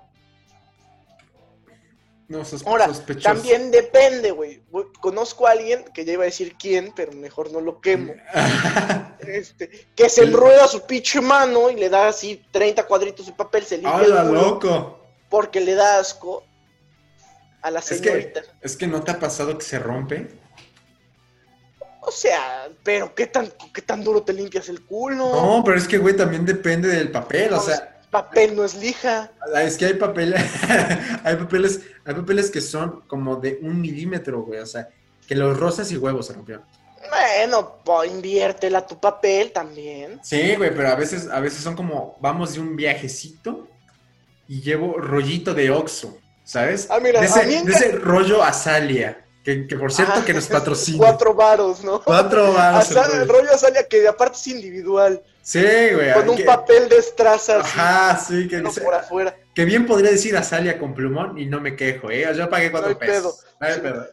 No, sospe-
Ahora,
sospechoso.
También depende, güey. Güey, Conozco a alguien, que ya iba a decir quién, pero mejor no lo quemo.
Mm.
Este, que se
El-
enrueda su pinche mano y le da así 30 cuadritos de papel, se limpia el
¡Hala,
culo
loco!
porque le da asco a la
Es
señorita.
que, es que no te ha pasado que se rompe.
O sea, pero qué tan, qué tan duro te limpias el culo.
No, pero es que, güey, también depende del papel. O
No, pues,
sea,
Papel no es lija.
Ah, es que hay papeles, hay papeles, hay papeles que son como de un milímetro, güey. O sea, que los rosas y huevos se rompieron.
Bueno, pues inviértela tu papel también.
Sí, güey, pero a veces, a veces son como, vamos de un viajecito y llevo rollito de Oxxo, ¿sabes?
Ah, mira,
de
a
ese,
mí en
de ese rollo Azalia, que, que por cierto
Ajá,
que nos patrocina.
Ah, Cuatro varos, ¿no?
Cuatro varos el
Azar- el
rollo.
rollo azalea que aparte es individual.
Sí, güey.
con un
que-
papel de estraza así,
Ajá, sí, que,
uno
dice-
por afuera.
que bien podría decir Azalia con plumón y no me quejo, ¿eh? Yo pagué cuatro
hay
pesos.
pedo.
No hay
Sí.
pedo.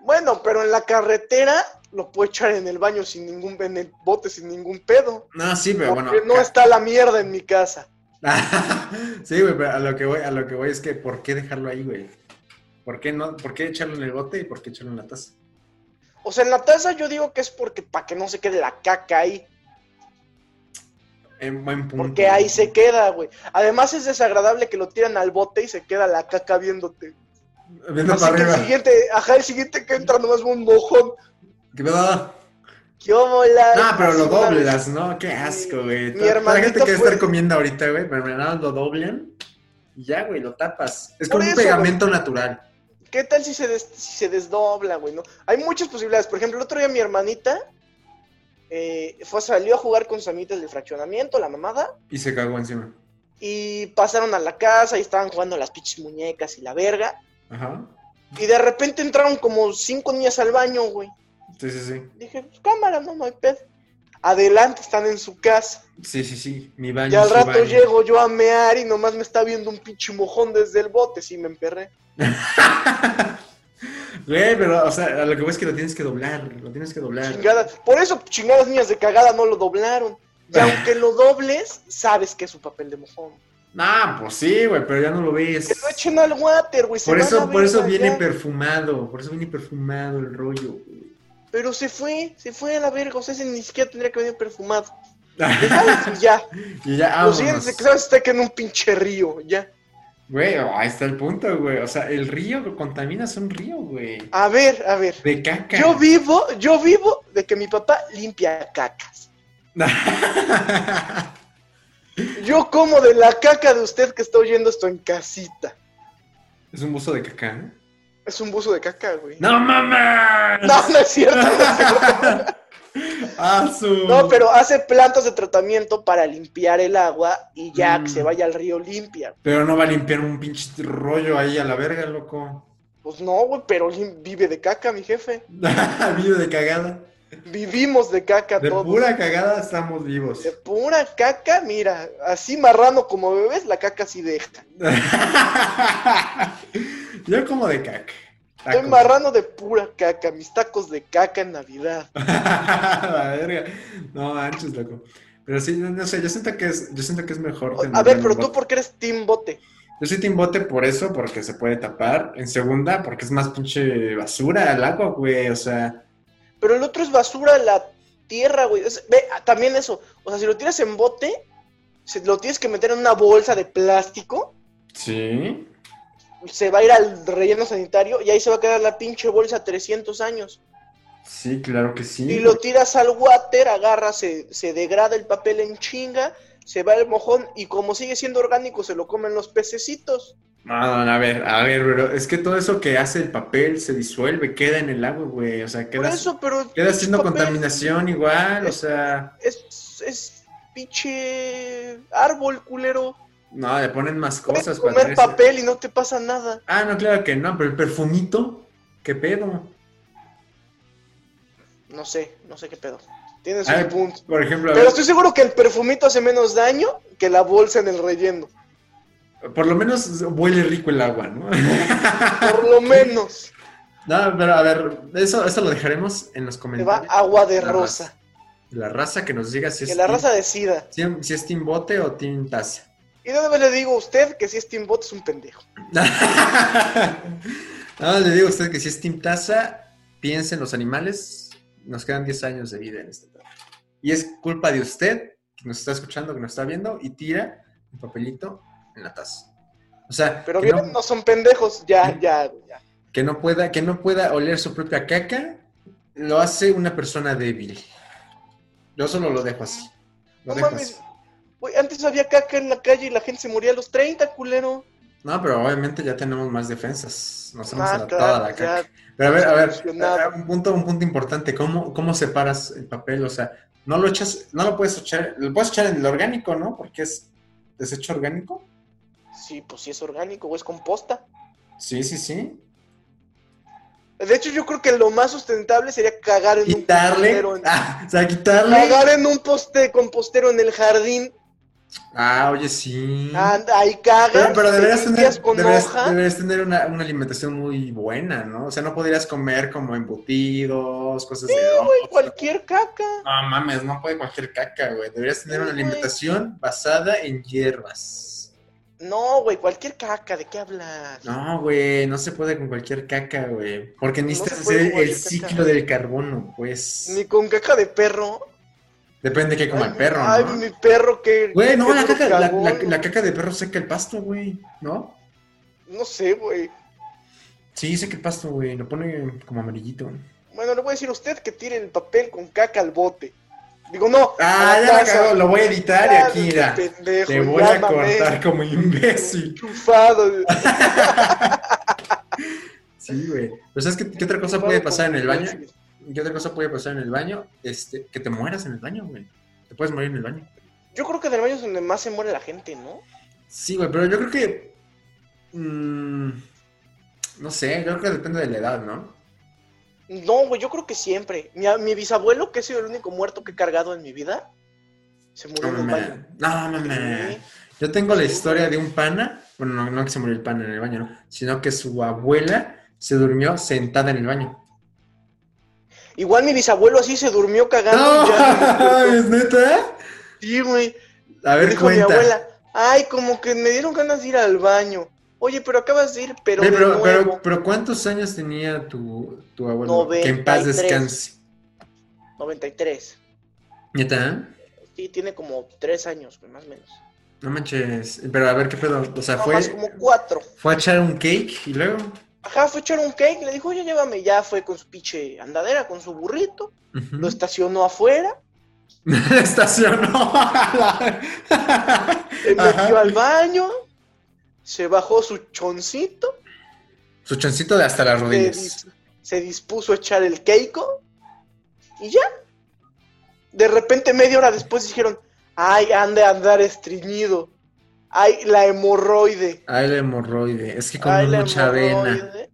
Bueno, pero en la carretera lo puedo echar en el baño sin ningún, en el bote sin ningún pedo.
No, sí, pero bueno.
porque no
ca-
está la mierda en mi casa.
sí, güey, pero a lo que voy, a lo que voy es que ¿por qué dejarlo ahí, güey? ¿Por qué no? ¿Por qué echarlo en el bote y por qué echarlo en la taza?
O sea, en la taza yo digo que es porque para que no se quede la caca ahí,
En buen punto.
porque ahí se queda, güey. Además es desagradable que lo tiran al bote y se queda la caca viéndote.
Viendo
Así
para
que el
arriba.
siguiente, ajá, el siguiente que entra nomás ve un mojón.
¿Qué pedo?
Yo volar.
No, pero lo
Así una vez.
doblas, ¿no? Qué asco, güey. Toda-
Mi
toda La
hermanito
gente que
fue-
estar comiendo ahorita, güey, pero nada, más lo doblan y ya, güey, lo tapas. Es
Por
como un
eso,
pegamento natural.
¿Qué tal si se, des- si se desdobla, güey? ¿no? Hay muchas posibilidades. Por ejemplo, el otro día mi hermanita eh, fue, salió a jugar con sus amiguitas de fraccionamiento, la mamada,
Y se cagó encima.
y pasaron a la casa y estaban jugando a las pinches muñecas y la verga.
Ajá.
Y de repente entraron como cinco niñas al baño, güey.
Sí, sí, sí.
Dije, pues cámara, no, no hay pedo. Adelante, están en su casa.
Sí, sí, sí. Mi baño.
Y al
su
rato
baño.
llego yo a mear y nomás me está viendo un pinche mojón desde el bote. Sí, me emperré.
Güey, pero, o sea, a lo que voy es que lo tienes que doblar. Lo tienes que doblar.
Chingada. Por eso chingadas niñas de cagada no lo doblaron. Y aunque lo dobles, sabes que es su papel de mojón.
Nah, pues sí, güey, pero ya no lo ves.
Que lo echen al water, güey. se
Por
va la
eso, por eso
verga
viene
ya.
perfumado. Por eso viene perfumado el rollo, güey.
Pero se fue, se fue a la verga. O sea, ese ni siquiera tendría que venir perfumado. Ya, y ya.
y ya,
Lo
vámonos.
siguiente que sabes está que en un pinche río, ya.
Güey, ahí está el punto, güey. O sea, el río que contaminas un río, güey.
A ver, a ver.
De caca.
Yo vivo, yo vivo de que mi papá limpia cacas. Yo como de la caca de usted que está oyendo esto en casita.
es un buzo de caca, ¿no?
Es un buzo de caca, güey.
¡No mames!
No, no es cierto. no es cierto.
¡Ah, su-
No, pero hace plantas de tratamiento para limpiar el agua y ya
Mm.
que se vaya al río limpia.
Pero no va a limpiar un pinche rollo ahí a la verga, loco.
Pues no, güey, pero lim- vive de caca, mi jefe.
Vivo de cagada.
Vivimos de caca
De
todos.
pura cagada estamos vivos.
De pura caca, mira, así marrano como bebes, la caca sí deja.
Yo como de caca.
Estoy
Tacos.
marrano de pura caca, mis tacos de caca en Navidad.
la verga. No manches, loco. Pero sí, no, no sé, yo siento que es, yo siento que es mejor
A
tenerlo
ver,
en
pero
un
tú
bote.
por qué eres team bote.
Yo soy team bote por eso, porque se puede tapar. En segunda, porque es más pinche basura el agua, güey. O sea,
Pero el otro es basura, la tierra, güey. Es- ve, ah, también eso. O sea, si lo tiras en bote, se- lo tienes que meter en una bolsa de plástico
sí.
se va a ir al relleno sanitario y ahí se va a quedar la pinche bolsa 300 años.
Sí, claro que sí.
Y lo tiras al water, agarra, se, se degrada el papel en chinga, se va el mojón y como sigue siendo orgánico se lo comen los pececitos.
No, no, no, a ver, a ver, pero es que todo eso que hace el papel se disuelve, queda en el agua, güey. O sea,
Por
queda,
eso, pero...
queda haciendo
papel
contaminación igual, o sea.
Es, es pinche árbol culero.
No, le ponen más
Puedes
cosas para hacer
comer
eso.
papel y no te pasa nada.
Ah, no, claro que no, pero el perfumito, qué pedo.
No sé, no sé qué pedo. Tienes
Ah, A
un
ver,
punto.
Por ejemplo, a
Pero
ver,
estoy seguro que el perfumito hace menos daño que la bolsa en el relleno.
por lo menos huele rico el agua, ¿no?
Por lo menos.
No, pero a ver, eso, eso lo dejaremos en los
Te va
comentarios.
agua de
La
rosa.
raza. La raza que nos diga si es,
Que la
team-
raza decida.
si, si es team bote o team taza.
Y de una vez le digo a usted que si es Team Bot es un pendejo.
Nada más le digo a usted que si es Team Taza, piensen los animales, nos quedan 10 años de vida en este planeta. Y es culpa de usted que nos está escuchando, que nos está viendo y tira el papelito en la taza. O sea,
Pero
Ah, que,
bien,
no,
no son pendejos, ya, ya, ya.
que no pueda, que no pueda oler su propia caca, lo hace una persona débil. Yo solo lo dejo así. Lo
No
dejo
mames.
así.
Güey, antes había caca en la calle y la gente se moría a los 30, culero.
No, pero obviamente ya tenemos más defensas. Nos hemos
Ah,
adaptado
claro,
a la
ya.
caca. Pero a ver, a ver,
Evolucionado.
a- a- un punto, un punto importante, ¿cómo, cómo separas el papel? O sea, no lo echas, no lo puedes echar, lo puedes echar en el orgánico, ¿no? Porque es desecho orgánico.
Sí, pues sí es orgánico, güey, es composta.
Sí, sí, sí.
De hecho, yo creo que lo más sustentable sería cagar en un
Quitarle.
compostero. en-
Ah, o sea, quitarle.
Cagar en un poste compostero en el jardín.
Ah, oye, sí.
Ah, ahí cagas.
Pero, pero
te
deberías
limpias
tener,
con
deberías,
hoja.
deberías tener una, una alimentación muy buena, ¿no? O sea, no podrías comer como embutidos, cosas de
Güey, cualquier caca.
No mames, no puede cualquier caca, güey. Deberías tener
Sí,
una
güey.
alimentación basada en hierbas.
No, güey, cualquier caca, ¿de qué hablas?
No, güey, no se puede con cualquier caca, güey. Porque necesitas
se puede
hacer
con
el
cualquier caca.
ciclo del carbono, pues.
Ni con caca de perro.
Depende de qué coma el perro,
Ay,
¿no?
mi perro que.
Güey, no,
que
la
duro
caca, la,
cagón.
la- la caca de perro seca el pasto, güey, ¿no?
No sé, güey.
Sí, seca el pasto, güey, lo pone como amarillito.
Bueno, le voy a decir a usted que tire el papel con caca al bote. Digo, no.
Ah,
a la
ya la
taza.
cagó, lo voy a editar y
Ya,
aquí, mira,
pendejo,
te voy
ya
a
mamé.
cortar como imbécil.
Enchufado.
Sí, güey. Pero ¿sabes qué, qué otra cosa puede pasar en el baño? ¿Qué otra cosa puede pasar en el baño? Este, que te mueras en el baño, güey. Te puedes morir en el baño.
Yo creo que en el baño es donde más se muere la gente, ¿no?
Sí, güey, pero yo creo que. mm, no sé, yo creo que depende de la edad, ¿no?
No, güey, yo creo que siempre. Mi, mi bisabuelo, que ha sido el único muerto que he cargado en mi vida, se murió
No
en el
mames.
baño.
No mames. Yo tengo la historia de un pana. Bueno, no, no que se murió el pana en el baño, ¿no? Sino que su abuela se durmió sentada en el baño.
Igual mi bisabuelo así se durmió cagando. y Ah, ya.
¡No! ¿Es neta?
Sí, güey.
A
Me
ver,
dijo mi
cuenta.
abuela, ay, como que me dieron ganas de ir al baño. Oye, pero acabas de ir, pero
Oye,
de
pero, pero,
nuevo.
pero ¿cuántos años tenía tu, tu abuelo? que en
93.
paz descanse.
93.
¿Neta?
Sí, tiene como tres años, güey, más o menos.
No manches, pero a ver qué pedo, o sea,
No,
fue,
más como cuatro.
fue a echar un cake y luego...
Ajá, fue a echar un cake, le dijo, oye, llévame. Ya fue con su pinche andadera, con su burrito.
Ujú.
Lo estacionó afuera,
Estacionó. Ajá.
se metió al baño, se bajó su choncito,
Su choncito de hasta las
se,
rodillas.
dis- se dispuso a echar el keiko y ya. De repente, media hora después dijeron, ay, han de andar estreñido. Ay, la hemorroide.
Ay, la hemorroide. Es que
Ay,
comió
la
mucha avena.
hemorroide.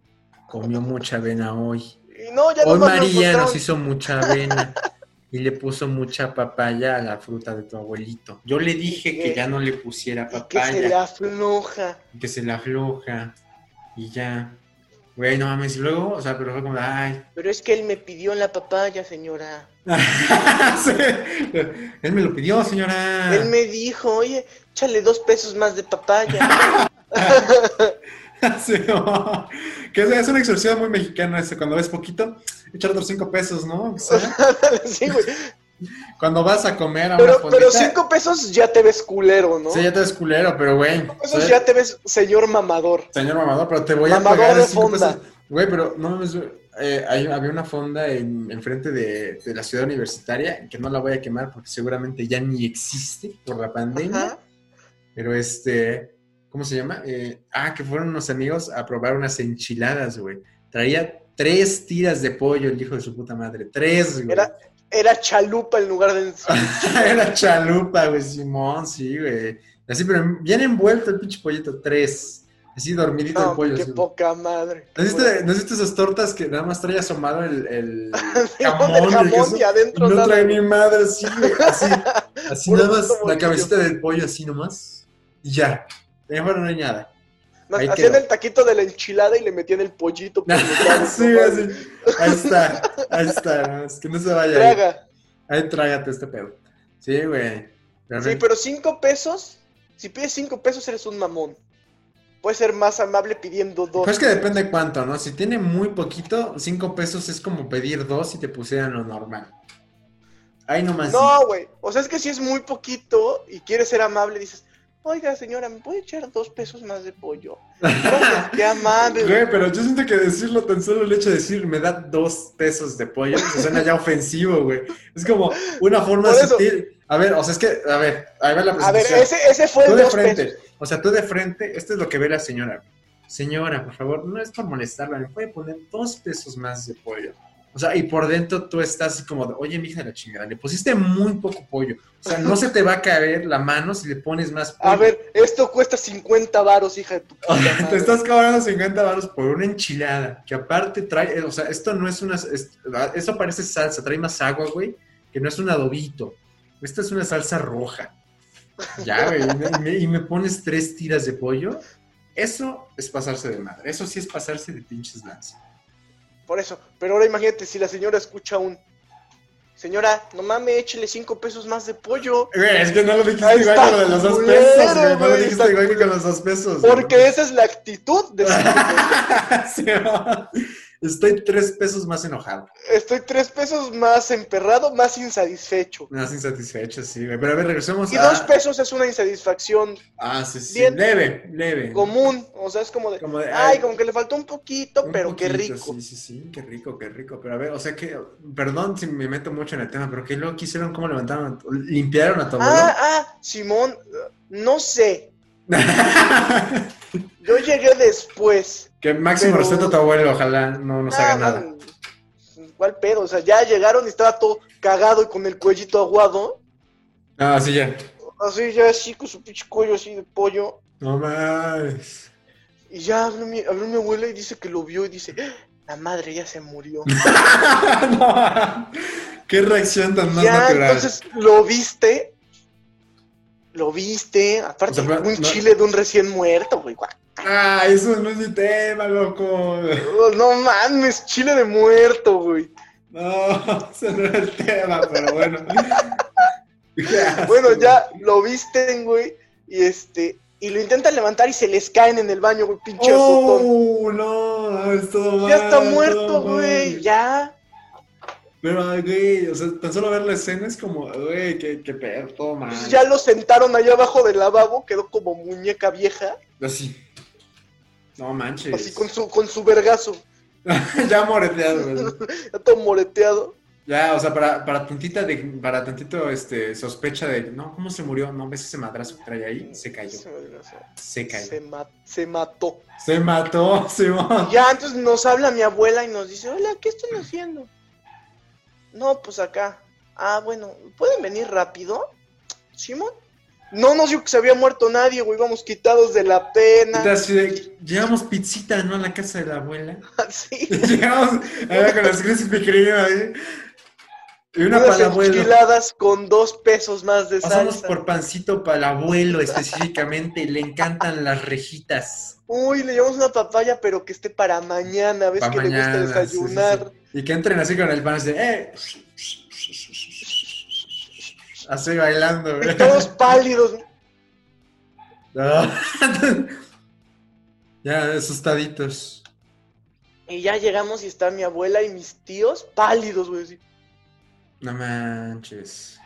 Comió mucha avena hoy.
Y no, ya
Hoy
nomás lo
María
encontraron.
nos hizo mucha avena. Y le puso mucha papaya a la fruta de tu abuelito. Yo le dije que ya no le pusiera
Y que se
papaya.
la afloja.
que se la afloja y ya. Güey, no mames, y luego, o sea, pero fue como, ay.
Pero es que él me pidió la papaya, señora.
Sí. Él me lo pidió, señora.
Él me dijo, oye, échale dos pesos más de papaya.
Sí, no. Que es, es una exorcista muy mexicana, eso, cuando ves poquito, echar otros cinco pesos, ¿no? O sea,
Sí, güey.
cuando vas a comer a
Pero,
una
pero
fondita-
cinco pesos ya te ves culero, ¿no?
Sí, ya te ves culero, pero güey.
Eso
soy-
ya te ves señor mamador.
Señor mamador, pero te voy
Mamador
a pagar
de
cinco
fonda.
pesos. Güey, pero no mames, güey, eh, hay- había una fonda en, enfrente de, de la ciudad universitaria que no la voy a quemar porque seguramente ya ni existe por la pandemia.
Ajá.
Pero este, ¿cómo se llama? Eh, ah, que fueron unos amigos a probar unas enchiladas, güey. Traía tres tiras de pollo el hijo de su puta madre. Tres, güey.
Era- Era chalupa en
Ah,
lugar de...
Era chalupa, güey, Simón, sí, güey. Así, pero bien envuelto el pinche pollito, tres. Así dormidito el
No,
pollo.
qué
así, güey.
poca madre.
¿No has visto- no has visto esas tortas que nada más trae asomado el, el
Jamón,
jamón, el
jamón
queso?
y adentro
No
nada.
trae ni madre, así, güey, así, así
Puro
nada más,
puto
la
bolillo.
cabecita del pollo así nomás, y ya, ya bueno, no hay nada.
Más,
Ahí
hacían
quedó.
el taquito de la enchilada y le metían el pollito. por detrás,
sí,
¿no?
así, ahí está, ahí está, no, es que no se vaya ahí.
Traga.
Ahí trágate este pedo. Sí, güey.
Sí,
Perfecto.
pero cinco pesos Si pides 5 pesos, eres un mamón. Puedes ser más amable pidiendo 2.
Pues es que depende cuánto, ¿no? Si tiene muy poquito, 5 pesos es como pedir 2 si te pusieran lo normal. Ahí nomás.
No, güey. O sea, es que si es muy poquito y quieres ser amable, dices, oiga, señora, ¿me puede echar dos pesos más de pollo? Gracias, qué amable.
Güey, pero yo siento que decirlo tan solo el hecho de decir me da dos pesos de pollo, se suena ya ofensivo, güey. Es como una forma
Por eso.
sutil. A ver, o sea, es que, a ver, a ver la
A ver,
presentación.
ese, ese fue
pues, tú
el
de
Pues dos
frente,
pesos.
o sea, tú de frente, esto es lo que ve la señora. Señora, por favor, no es por molestarla, me puede poner dos pesos más de pollo. O sea, y por dentro tú estás así como, de, oye, mija de la chingada, le pusiste muy poco pollo. O sea, no se te va a caer la mano si le pones más pollo.
A ver, esto cuesta 50 varos, hija de tu puta
Te
madre.
estás cobrando 50 baros por una enchilada que aparte trae, eh, o sea, esto no es una, es- esto parece salsa, trae más agua, güey, que no es un adobito. Esta es una salsa roja. Ya, güey, y me- y me, y me pones tres tiras de pollo. Eso es pasarse de madre. Eso sí es pasarse de pinches lanza.
Por eso. Pero ahora imagínate si la señora escucha un. Señora, no mames, échele 5 pesos más de pollo.
Güey, es que no lo dijiste
Ahí
igual
está
con lo de los dos
culero,
pesos, güey. No lo
güey,
dijiste
está
igual que con
culero.
los dos pesos. güey.
Porque esa es la actitud de cinco pesos.
Sí, va. Estoy tres pesos más enojado.
Estoy tres pesos más emperrado, más insatisfecho.
Más insatisfecho, sí, güey. Pero a ver, regresemos
Y
a...
dos pesos es una insatisfacción
Ah, sí, sí.
Bien.
Leve, leve.
común. O sea, es como de.
Como de,
Ay, como que le faltó un poquito,
un
pero qué
poquito,
rico.
Sí, sí, sí, qué rico, qué rico. Pero a ver, o sea que, perdón si me meto mucho en el tema, pero que luego quisieron cómo levantaron, a tu- limpiaron a tu
Ah, ah, Simón, no sé.
abuelo.
Yo llegué después.
que máximo
Ah. Pero-
respeto a tu abuelo, ojalá no nos haga
Ah,
nada.
man, ¿Cuál pedo? O sea, ya llegaron y estaba todo cagado y con el cuellito aguado.
Ah, sí, ya.
Así, ya así, con su pinche cuello así de pollo.
No más.
Y ya habló mi, habló mi abuela y dice que lo vio y dice, "Ah, la madre ya se murió.
No. Qué reacción tan más
ya,
natural.
entonces, ¿lo viste? Lo viste, aparte
O sea, pero
un
no-
chile de un recién muerto, güey. guau.
Ah, eso no es mi tema, loco.
Oh, No mames, chile de muerto, güey.
No, ese no era el tema, pero bueno. Qué asco,
Bueno,
Ah, güey.
ya lo visten, güey, y este, y lo intentan levantar y se les caen en el baño, güey, pinche azotón.
¡Oh, no! Es todo mal.
Ya está
todo
muerto,
mal.
güey, ya.
Pero, ay, güey, o sea, tan solo ver la escena es como, güey, qué, qué pedo, todo mal.
Pues ya lo sentaron allá abajo del lavabo, quedó como muñeca vieja,
Así. No manches.
así con su, con su vergazo,
ya moreteado, güey.
ya todo moreteado.
Ya, o sea, para, para tantita de, para tantito este, sospecha de, no, ¿cómo se murió? No, ves ese madrazo que trae ahí, se cayó,
Se, vergazo.
se cayó.
Se ma- se mató.
Se mató, se mató.
Y Ya, entonces nos habla mi abuela y nos dice, hola, ¿qué están haciendo? No, pues acá. Ah, bueno, ¿pueden venir rápido? ¿Simón? No nos dijo que se había muerto nadie, güey, vamos quitados de la pena.
Entonces, así de, llevamos pizzita, ¿no? A la casa de la abuela.
Sí.
Llegamos allá con las crispy cream ahí. Y una
Unas
para el abuelo.
enchiladas con dos pesos más de
Pasamos
salsa.
por pancito para el abuelo específicamente. Le encantan las rejitas.
Uy, le llevamos una papaya, pero que esté para mañana, ves
Pa'
que le
mañana,
gusta
sí, sí, sí.
desayunar.
Y que entren así con el pan así. de, ¡Eh! Así bailando, güey.
Y todos pálidos.
No. ya, asustaditos.
Y ya llegamos y está mi abuela y mis tíos pálidos, güey. así.
No manches.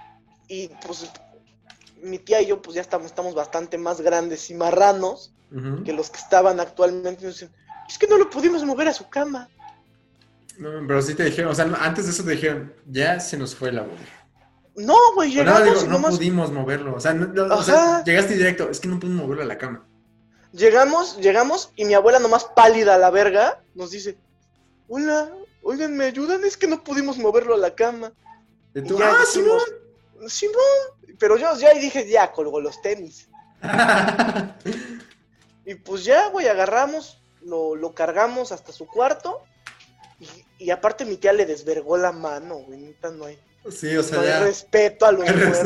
Y pues mi tía y yo pues ya estamos, estamos bastante más grandes y marranos
Ujú.
que los que estaban actualmente. Y nos dicen, es que no lo pudimos mover a su cama.
No, pero sí te dijeron, o sea, antes de eso te dijeron, ya se nos fue el abuelo.
No, güey,
Pero nada,
llegamos
digo,
y
no
nomás-
pudimos moverlo. O sea, no- no- o sea,
Ajá.
llegaste directo. Es que no pudimos moverlo a la cama.
llegamos, llegamos y mi abuela nomás pálida a la verga nos dice, hola, oigan, ¿me ayudan? Es que no pudimos moverlo a la cama.
Y
Y
tú,
ya
¡ah,
dijimos, Simón, pero yo ya dije, ya, colgó los tenis.
Simón!
Y pues ya, güey, agarramos, lo, lo cargamos hasta su cuarto. Y, y aparte mi tía le desvergó la mano, güey. neta, no pues, hay,
sí, o
no
sea,
hay
ya.
respeto a los muertos.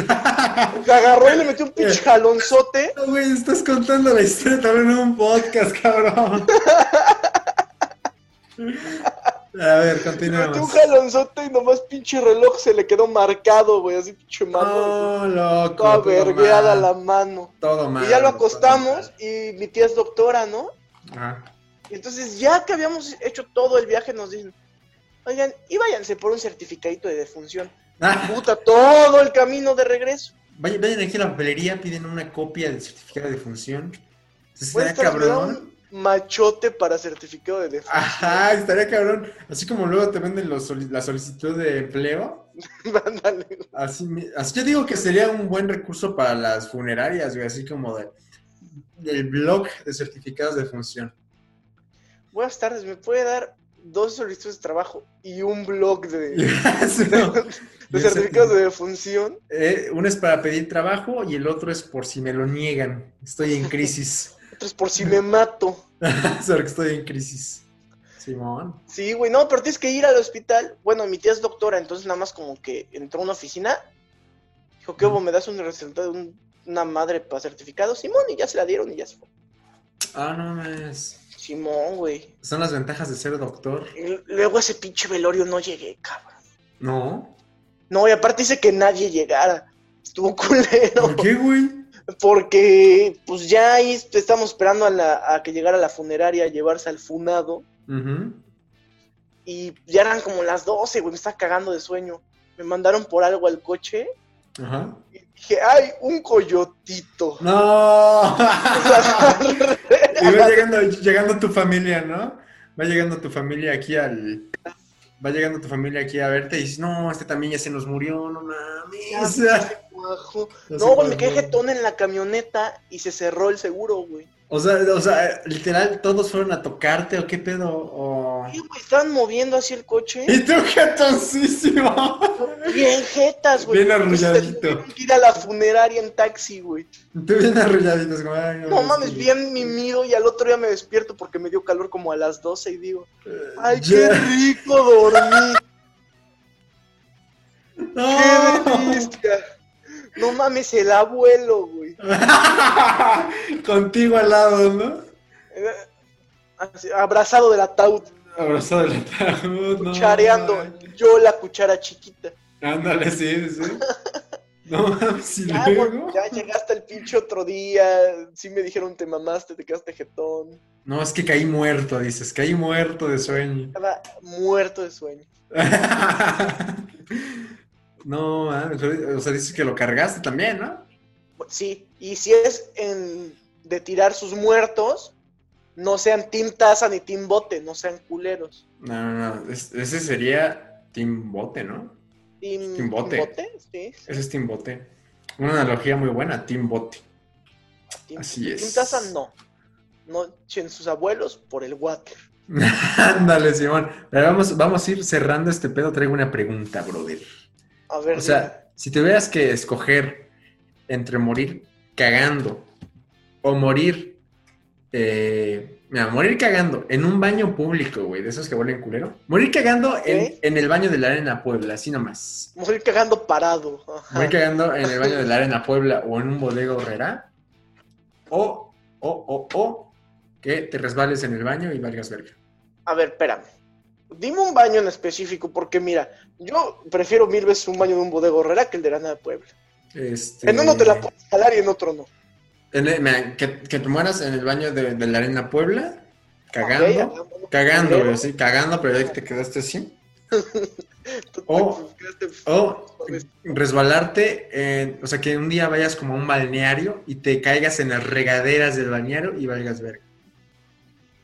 Se agarró y le metió un pinche jalonzote.
No, güey, estás contando la historia también en un podcast, cabrón. A ver,
Le metió un
continuemos.
jalonzote y nomás pinche reloj se le quedó marcado, güey, así pinche
No,
mano.
loco.
Toda
todo
vergueada
mal,
la mano.
Todo mal.
Y ya lo
todo
acostamos y mi tía es doctora, ¿no?
mal. Ah. Ajá.
Y entonces ya que habíamos hecho todo el viaje nos dicen, oigan, y váyanse por un certificadito de defunción.
Ah,
Puta, todo el camino de regreso.
vayan, vayan aquí a la papelería, piden una copia del certificado de función.
Güey,
Estaría
esta nos da
cabrón. Ah.
un machote para certificado de defunción.
Ajá, estaría cabrón. Así como luego te venden los soli- la solicitud de empleo.
Ándale, güey.
Así, mi- así yo digo que sería un buen recurso para las funerarias, güey. Así como de, del blog de certificados de función.
Buenas tardes, ¿me puede dar dos solicitudes de trabajo y un blog de,
Sí,
de-
no.
de certificados de defunción?
Eh, uno es para pedir trabajo y el otro es por si me lo niegan. Estoy en crisis.
Otro es por si me mato.
Solo que estoy en crisis. Simón.
Sí, güey, no, pero tienes que ir al hospital. Bueno, mi tía es doctora, entonces nada más como que entró a una oficina. Dijo, ¿qué hubo? ¿Me das un resultado de un- una madre para certificado? Simón, y ya se la dieron y ya se fue.
Ah, no mames.
Simón, güey.
Son las ventajas de ser doctor.
Y Luego a ese pinche velorio no llegué, cabrón.
No.
No, y aparte dice que nadie llegara. Estuvo
¿Por
culero.
qué, güey?
Porque, pues ya ahí estamos esperando a, la- a que llegara la funeraria a llevarse al funado.
Ujú.
Y ya eran como las 12, güey, me estaba cagando de sueño. Me mandaron por algo al coche.
Ajá.
Y dije, ay, un coyotito.
No. y va
Ajá,
llegando, llegando tu familia, ¿no? Va llegando tu familia aquí al. Va llegando tu familia aquí a verte y dices, no, este también ya se nos murió, no mames.
guajo.
No sé
No, güey, me
cuál
quedé
fue.
jetón en la camioneta y se cerró el seguro, güey.
O sea, o sea, literal, todos fueron a tocarte o qué pedo. O...
Oye, güey, estaban moviendo así el coche.
Y tú jetoncísimo.
Bien jetas, güey.
Bien
Entonces,
arrulladito.
tuvieron que Ir a la funeraria en taxi, güey.
Tú bien arrulladitos, como. ay,
No mames,
Ah, sí.
bien mimido y al otro día me despierto porque me dio calor como a las 12 y digo,
Eh,
ay, qué
ya.
rico dormí. ¡Qué
No.
delicia! No mames, el abuelo, güey.
Contigo al lado, ¿no?
Eh, así, Abrazado del ataúd.
Abrazado del ataúd, no.
cuchareando. Yo la cuchara chiquita.
Ándale, sí, sí. No mames, y
Ya,
luego.
güey, ya llegaste el pinche otro día. Sí me dijeron, te mamaste, te quedaste jetón.
No, es que caí muerto, dices, caí muerto de sueño.
Estaba muerto de sueño.
No, mames, o sea, dices que lo cargaste también, ¿no?
Sí, y si es en, de tirar sus muertos, no sean team taza ni team bote, no sean culeros.
No, no, no. es- ese sería timbote, ¿no?
Team,
Team bote.
sí.
Ese es timbote. Una analogía muy buena, timbote.
Team,
Así
team
es.
taza no. No echen sus abuelos por el water.
Ándale, Simón. Pero vamos, vamos a ir cerrando este pedo. Traigo una pregunta, brother.
A ver,
O sea, si tuvieras que escoger entre morir cagando o morir. eh, mira, morir cagando en un baño público, güey, de esos que huelen culero. Morir cagando en,
Ok.
en el baño de la Arena Puebla, así nomás.
dime. morir cagando parado. Ajá.
Morir cagando en el baño de la Arena Puebla o en un bodega horrera. O, o, o, o, que te resbales en el baño y valgas verga.
A ver, espérame. Dime un baño en específico, porque mira, yo prefiero mil veces un baño de un bodego horrera que el de Arana de Puebla.
Este,
En uno te la puedes jalar y en otro no.
en el- mira, que, que te mueras en el baño de, de la Arena Puebla, cagando.
Ok, hagámoslo.
Cagando,
Culero.
güey, sí, cagando, pero ya que te quedaste así.
Tú-
O-
tú quedaste-
O resbalarte, en- o sea, que un día vayas como a un balneario y te caigas en las regaderas del balneario y valgas verga.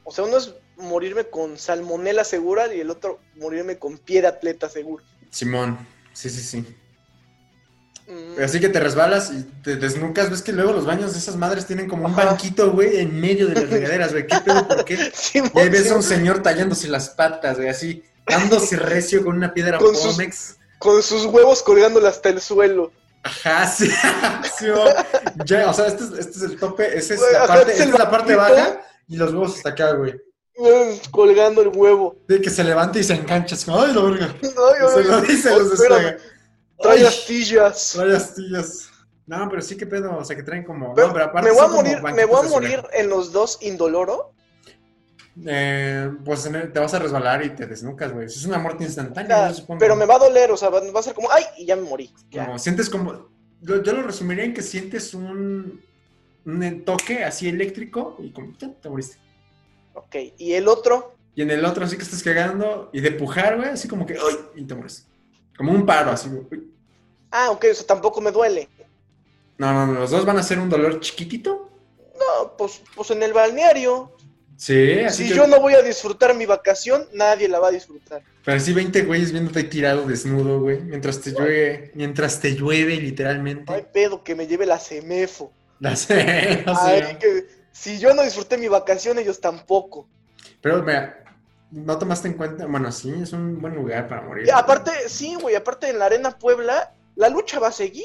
O sea, uno es morirme con salmonela segura y el otro morirme con pie de atleta seguro.
Simón, sí, sí, sí.
Mm,
Así que te resbalas y te desnucas. Ves que luego los baños de esas madres tienen como un
Ajá.
banquito, güey, en medio de las regaderas, güey. ¿Qué pedo? ¿Por qué?
sí,
Y ahí ves a un
Simón,
señor tallándose las patas, güey, así, dándose recio con una piedra
Con sus-
Pomex.
Con sus huevos colgándole hasta el suelo.
Ajá, sí. sí, o- ya, o sea, este es, este es el tope, esa es
Güey,
la
ajá,
parte,
es
esta
el
es la parte
banquito.
baja y los huevos hasta acá, güey.
Mm, Colgando el huevo.
De que se levanta y se engancha, es como, ay, la verga.
Ay,
Se
ay,
lo
ay.
dice,
Oh,
los
espérame,
despegan.
Trae
Ay,
astillas.
trae astillas. No, pero sí, qué pedo, o sea, que traen como,
Pero
no, pero aparte
me voy a
son como
morir, me
banquitos
voy a
de
morir en los dos indoloro.
eh, pues te vas a resbalar y te desnucas, güey. Es una muerte instantánea,
Ah,
yo supongo.
pero me va a doler, o sea, va, va a ser como, ay, y ya me morí. Ya.
Como, sientes como. Yo, yo lo resumiría en que sientes un, un toque así eléctrico y como ya, te moriste.
Ok, y el otro,
Y en el otro así que estás cagando y de pujar, güey, así como que ¡ay! y te mueres. Como un paro, así. güey. uy.
ah, ok, o sea, tampoco me duele.
No, no, no, los dos van a ser un dolor chiquitito.
No, pues, pues en el balneario.
Sí, así
Si
que-
yo no voy a disfrutar mi vacación, nadie la va a disfrutar.
Pero sí 20 güeyes viéndote tirado desnudo, güey, mientras te llueve, mientras te llueve literalmente.
No hay pedo que me lleve la CEMEFO.
La sé, no sé.
Ay, que, si yo no disfruté mi vacación, ellos tampoco.
Pero mira, no tomaste en cuenta, bueno, sí, es un buen lugar para morir.
Y aparte, sí, güey, aparte en la Arena Puebla, la lucha va a seguir.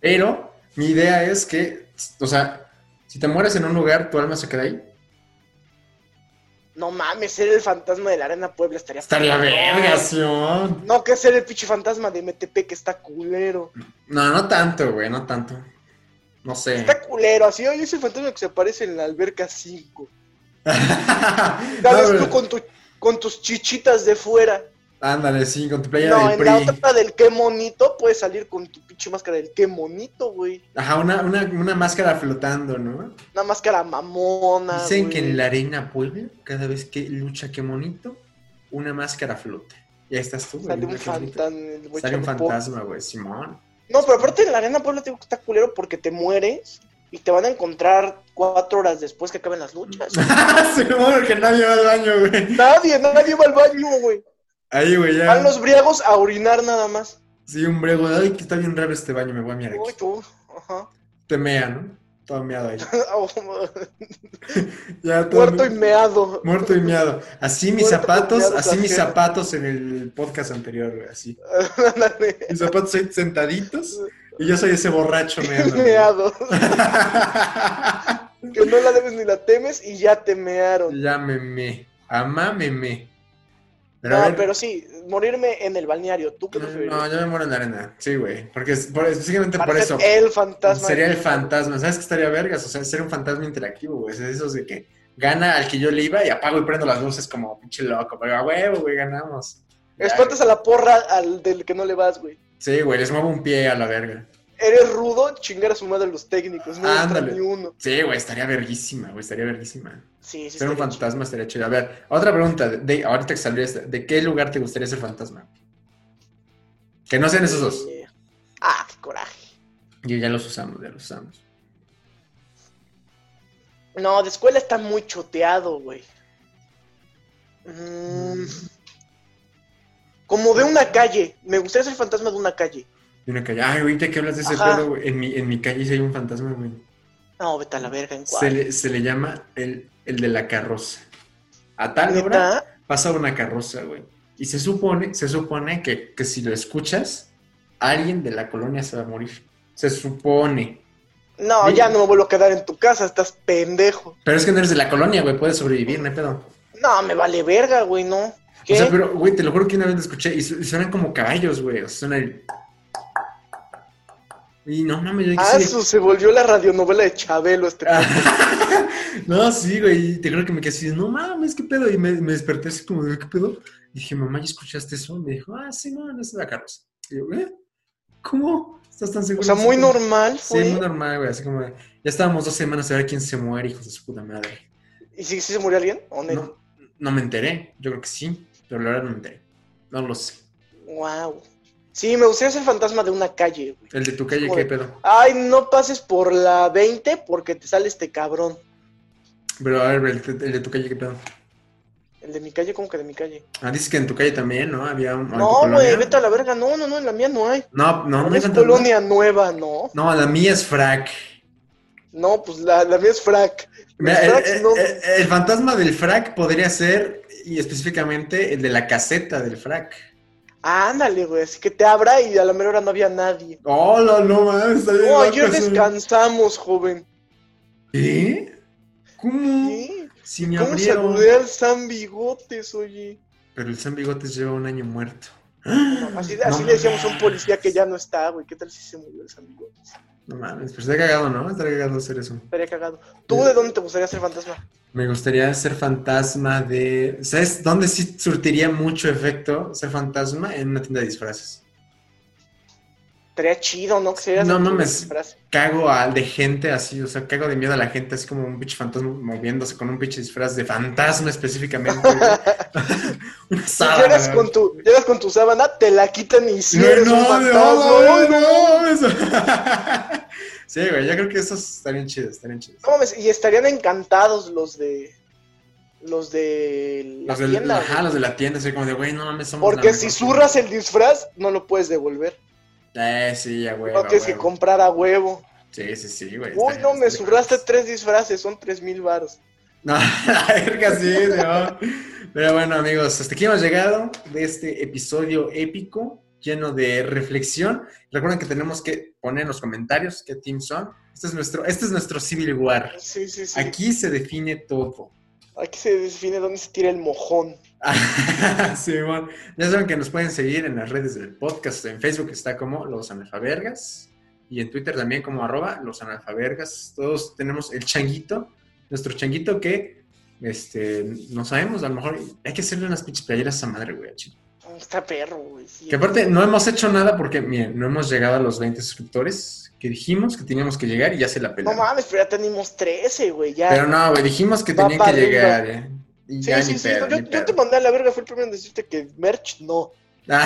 Pero mi idea es que, o sea, si te mueres en un lugar, tu alma se queda ahí.
No mames, ser el fantasma de la Arena Puebla estaría.
Estaría
cabrón.
verga, Sion.
No, que ser el pinche fantasma de MTP que está culero.
No, no tanto, güey, no tanto. No sé.
Está culero, así, oye, ese fantasma que se aparece en la alberca 5.
No,
Tal vez
pero-
tú con, tu- con tus chichitas de fuera.
Ándale, sí, con tu playa
no,
del
en
PRI.
la otra del qué monito puedes salir con tu pinche máscara del qué monito, güey.
Ajá, una, una, una máscara flotando, ¿no?
Una máscara mamona.
Dicen
güey.
que en la arena Puebla, cada vez que lucha, qué bonito, una máscara flota. Y ahí estás tú, güey.
Sale
mira
un
qué bonito.
fantasma. el güey
Sale un
chapo.
fantasma, güey, Simón.
No, pero aparte en la arena Puebla te digo que está culero porque te mueres y te van a encontrar cuatro horas después que acaben las luchas.
Simón, que nadie va al baño, güey.
nadie, nadie va al baño, güey.
Ahí, güey, ya.
Van los briagos a orinar nada más.
Sí, un brego. de, Ay, que está bien raro este baño, me voy a mirar
Uy,
aquí.
tú. Ajá. Oh,
Te mea, ¿no? Todo meado ahí. Ya, todo
Muerto y
me-
meado.
Muerto y meado. Así mis
Muerto y
zapatos,
meado,
así mis
Tajer.
zapatos en el podcast anterior, güey, así.
Ándale.
Mis zapatos ahí sentaditos y yo soy ese borracho meado. güey.
meado. Que no la debes ni la temes y ya te mearon.
ya me me, amá me me. Pero a
No,
ver,
pero sí, morirme en el balneario. ¿Tú qué
no,
preferirías?
yo me muero en la arena. Sí, güey, porque es- por- específicamente
Para
por eso.
ser El fantasma.
Sería el fantasma. ¿Sabes qué estaría vergas? O sea, ser un fantasma interactivo, güey. Es de esos de que gana al que yo le iba y apago y prendo las luces como pinche loco. Pero a huevo, güey, ganamos. Ya,
Espantas a la porra al del que no le vas, güey.
güey. Sí, güey, les muevo un pie a la verga.
Eres rudo, chingar a su madre a los técnicos, no entra
Ah, Ándale.
ni uno.
Sí, güey, estaría verguísima, güey, estaría verguísima.
Sí, sí,
Ser un
estaría
fantasma estaría chido. A ver, otra pregunta. De, de- ahorita que salió esta, ¿de qué lugar te gustaría ser fantasma? Que no sean
chido.
esos dos.
Eh, Ah, qué coraje.
Y ya los usamos, ya los usamos.
No, de escuela está muy choteado, güey. Mm, como de una calle. Me gustaría ser fantasma de una calle.
Y una calle. Ay, ahorita que hablas de ese
Ajá.
pedo, güey. En mi, en mi calle sí hay un fantasma, güey.
No, vete a la verga, en
Se
cuál.
le, se le llama el, el de la carroza. A tal hora
¿Neta?
pasa una carroza, güey. Y se supone, se supone que, que si lo escuchas, alguien de la colonia se va a morir. Se supone.
No, ya no me vuelvo a quedar en tu casa, estás pendejo.
Pero es que no eres de la colonia, güey. Puedes sobrevivir, no hay pedo.
No, me vale verga, güey, no. ¿Qué?
O sea, pero, güey, te lo juro que una vez lo escuché y, su- y suenan como caballos, güey. O sea, suena el. Y no mames, yo
Ah,
sí- Ah,
su, se volvió la radionovela de Chabelo este
No, sí, güey. y Te creo que me quedé así, de, no mames, qué pedo. Y me, me desperté así como, de, ¿qué pedo? Y dije, mamá, ¿ya escuchaste eso? Y me dijo, ah, sí, no, no es la carroza. Y yo, ¿eh? ¿Cómo? ¿Estás tan seguro?
O sea,
Así
muy
como-
normal
Sí,
fue.
muy normal, güey. Así como, de, ya estábamos dos semanas a ver quién se muere, hijos de su puta madre.
¿Y si, si se murió alguien? ¿O no?
No, no me enteré. Yo creo que sí, pero la verdad no me enteré. No lo sé.
Wow. Sí, me gustaría ser fantasma de una calle, güey.
El de tu calle, ¿qué
Joder.
pedo?
Ay, no pases por la 20 porque te sale este cabrón.
Pero a ver, el, el de tu calle, ¿qué pedo?
El de mi calle, como que de mi calle?
Ah, dices que en tu calle también, ¿no? Había un. o en tu
No, güey,
colonia.
vete a la verga. No, no, no, en la mía no hay.
No, no, no
es
hay tanta-
colonia nueva, no.
No, la mía es frac.
No, pues la, la mía es frac.
Mira,
Los
el,
fracs
el-
no.
el- el fantasma del frac podría ser, y específicamente, el de la caseta del frac.
Ándale, güey, así que te abra y a la mera hora no había nadie.
Hola, no pues, mames, está bien
No,
loco
ayer
eso.
descansamos, joven.
¿Qué? ¿Cómo?
¿Sí?
Si me
¿Cómo
abrieron.
saludé al San Bigotes, oye?
Pero el San Bigotes lleva un año muerto.
No, así así
No
le decíamos a un
mames.
policía que ya no está, güey. ¿Qué tal si se murió ese amigo?
No mames, pero estaría cagado, ¿no? Estaría cagado hacer eso.
Estaría cagado. ¿Tú de dónde te gustaría ser fantasma?
Me gustaría ser fantasma de. ¿Sabes dónde sí surtiría mucho efecto ser fantasma? En una tienda de disfraces.
Estaría chido, ¿no? Que serías
No
un
mames.
disfraz.
Cago a- de gente así, o sea, cago de miedo a la gente, así como un pinche fantasma moviéndose con un pinche disfraz de fantasma específicamente. güey. Una
Si
sábana,
llegas
güey.
con, tu, llegas con tu sábana, te la quitan y si eres un
no, no,
fantasma.
no,
güey.
no, eso. Sí, güey, yo creo que esos estarían chidos, estarían chidos.
No mames, y estarían encantados los de. Los de. La
Los de,
tienda,
ajá,
güey.
los de la tienda, así como de, güey, no mames, somos
Porque
la
si
mejor
zurras el disfraz, no lo puedes devolver.
tienda. Eh, sí, ya, güey.
No tienes que comprar a huevo.
Sí, sí, sí, güey.
Uy,
estaría-
no, me
estaría-
zurraste tres disfraces, son tres mil baros.
No, la verga sí, no. Pero bueno, amigos, hasta aquí hemos llegado de este episodio épico, lleno de reflexión. Recuerden que tenemos que poner en los comentarios qué team son. Este es nuestro, este es nuestro Civil War.
Sí, sí, sí. Aquí,
Aquí se define todo.
se define dónde se tira el mojón.
Simón. Ya saben que nos pueden seguir en las redes del podcast. En Facebook está como Los Analfabergas. Y en Twitter también como arroba Los Analfabergas. Todos tenemos el changuito, nuestro changuito que este, no sabemos. A lo mejor hay que hacerle unas pinches playeras a esa madre, güey. al chile.
Está perro, güey. sí.
Que aparte no hemos hecho nada porque, miren, no hemos llegado a los 20 suscriptores que dijimos que teníamos que llegar y ya se la
No
pelamos.
mames, pero ya tenimos 13, güey. Ya.
Pero no, güey, dijimos que
Va
tenía que
para arriba.
llegar. eh. Y
sí,
ya
sí,
ni
sí.
pedo,
yo,
ni
yo
pedo.
te mandé a la verga, fue el primero en decirte que merch no.
Pero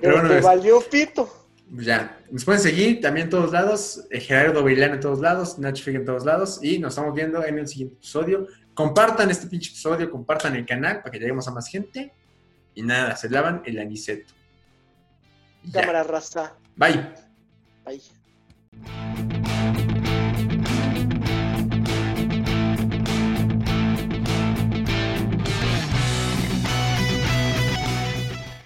Pero
bueno, este,
te
es-
valió pito.
Pues ya, nos pueden seguir también en todos lados, eh, Gerardo Bailán en todos lados, Nacho Fig en todos lados, y nos estamos viendo en el siguiente episodio. Compartan este pinche episodio, compartan el canal para que lleguemos a más gente. Y nada, se lavan el aniceto. Y ya.
Cámara rasa.
Bye.
Ahí.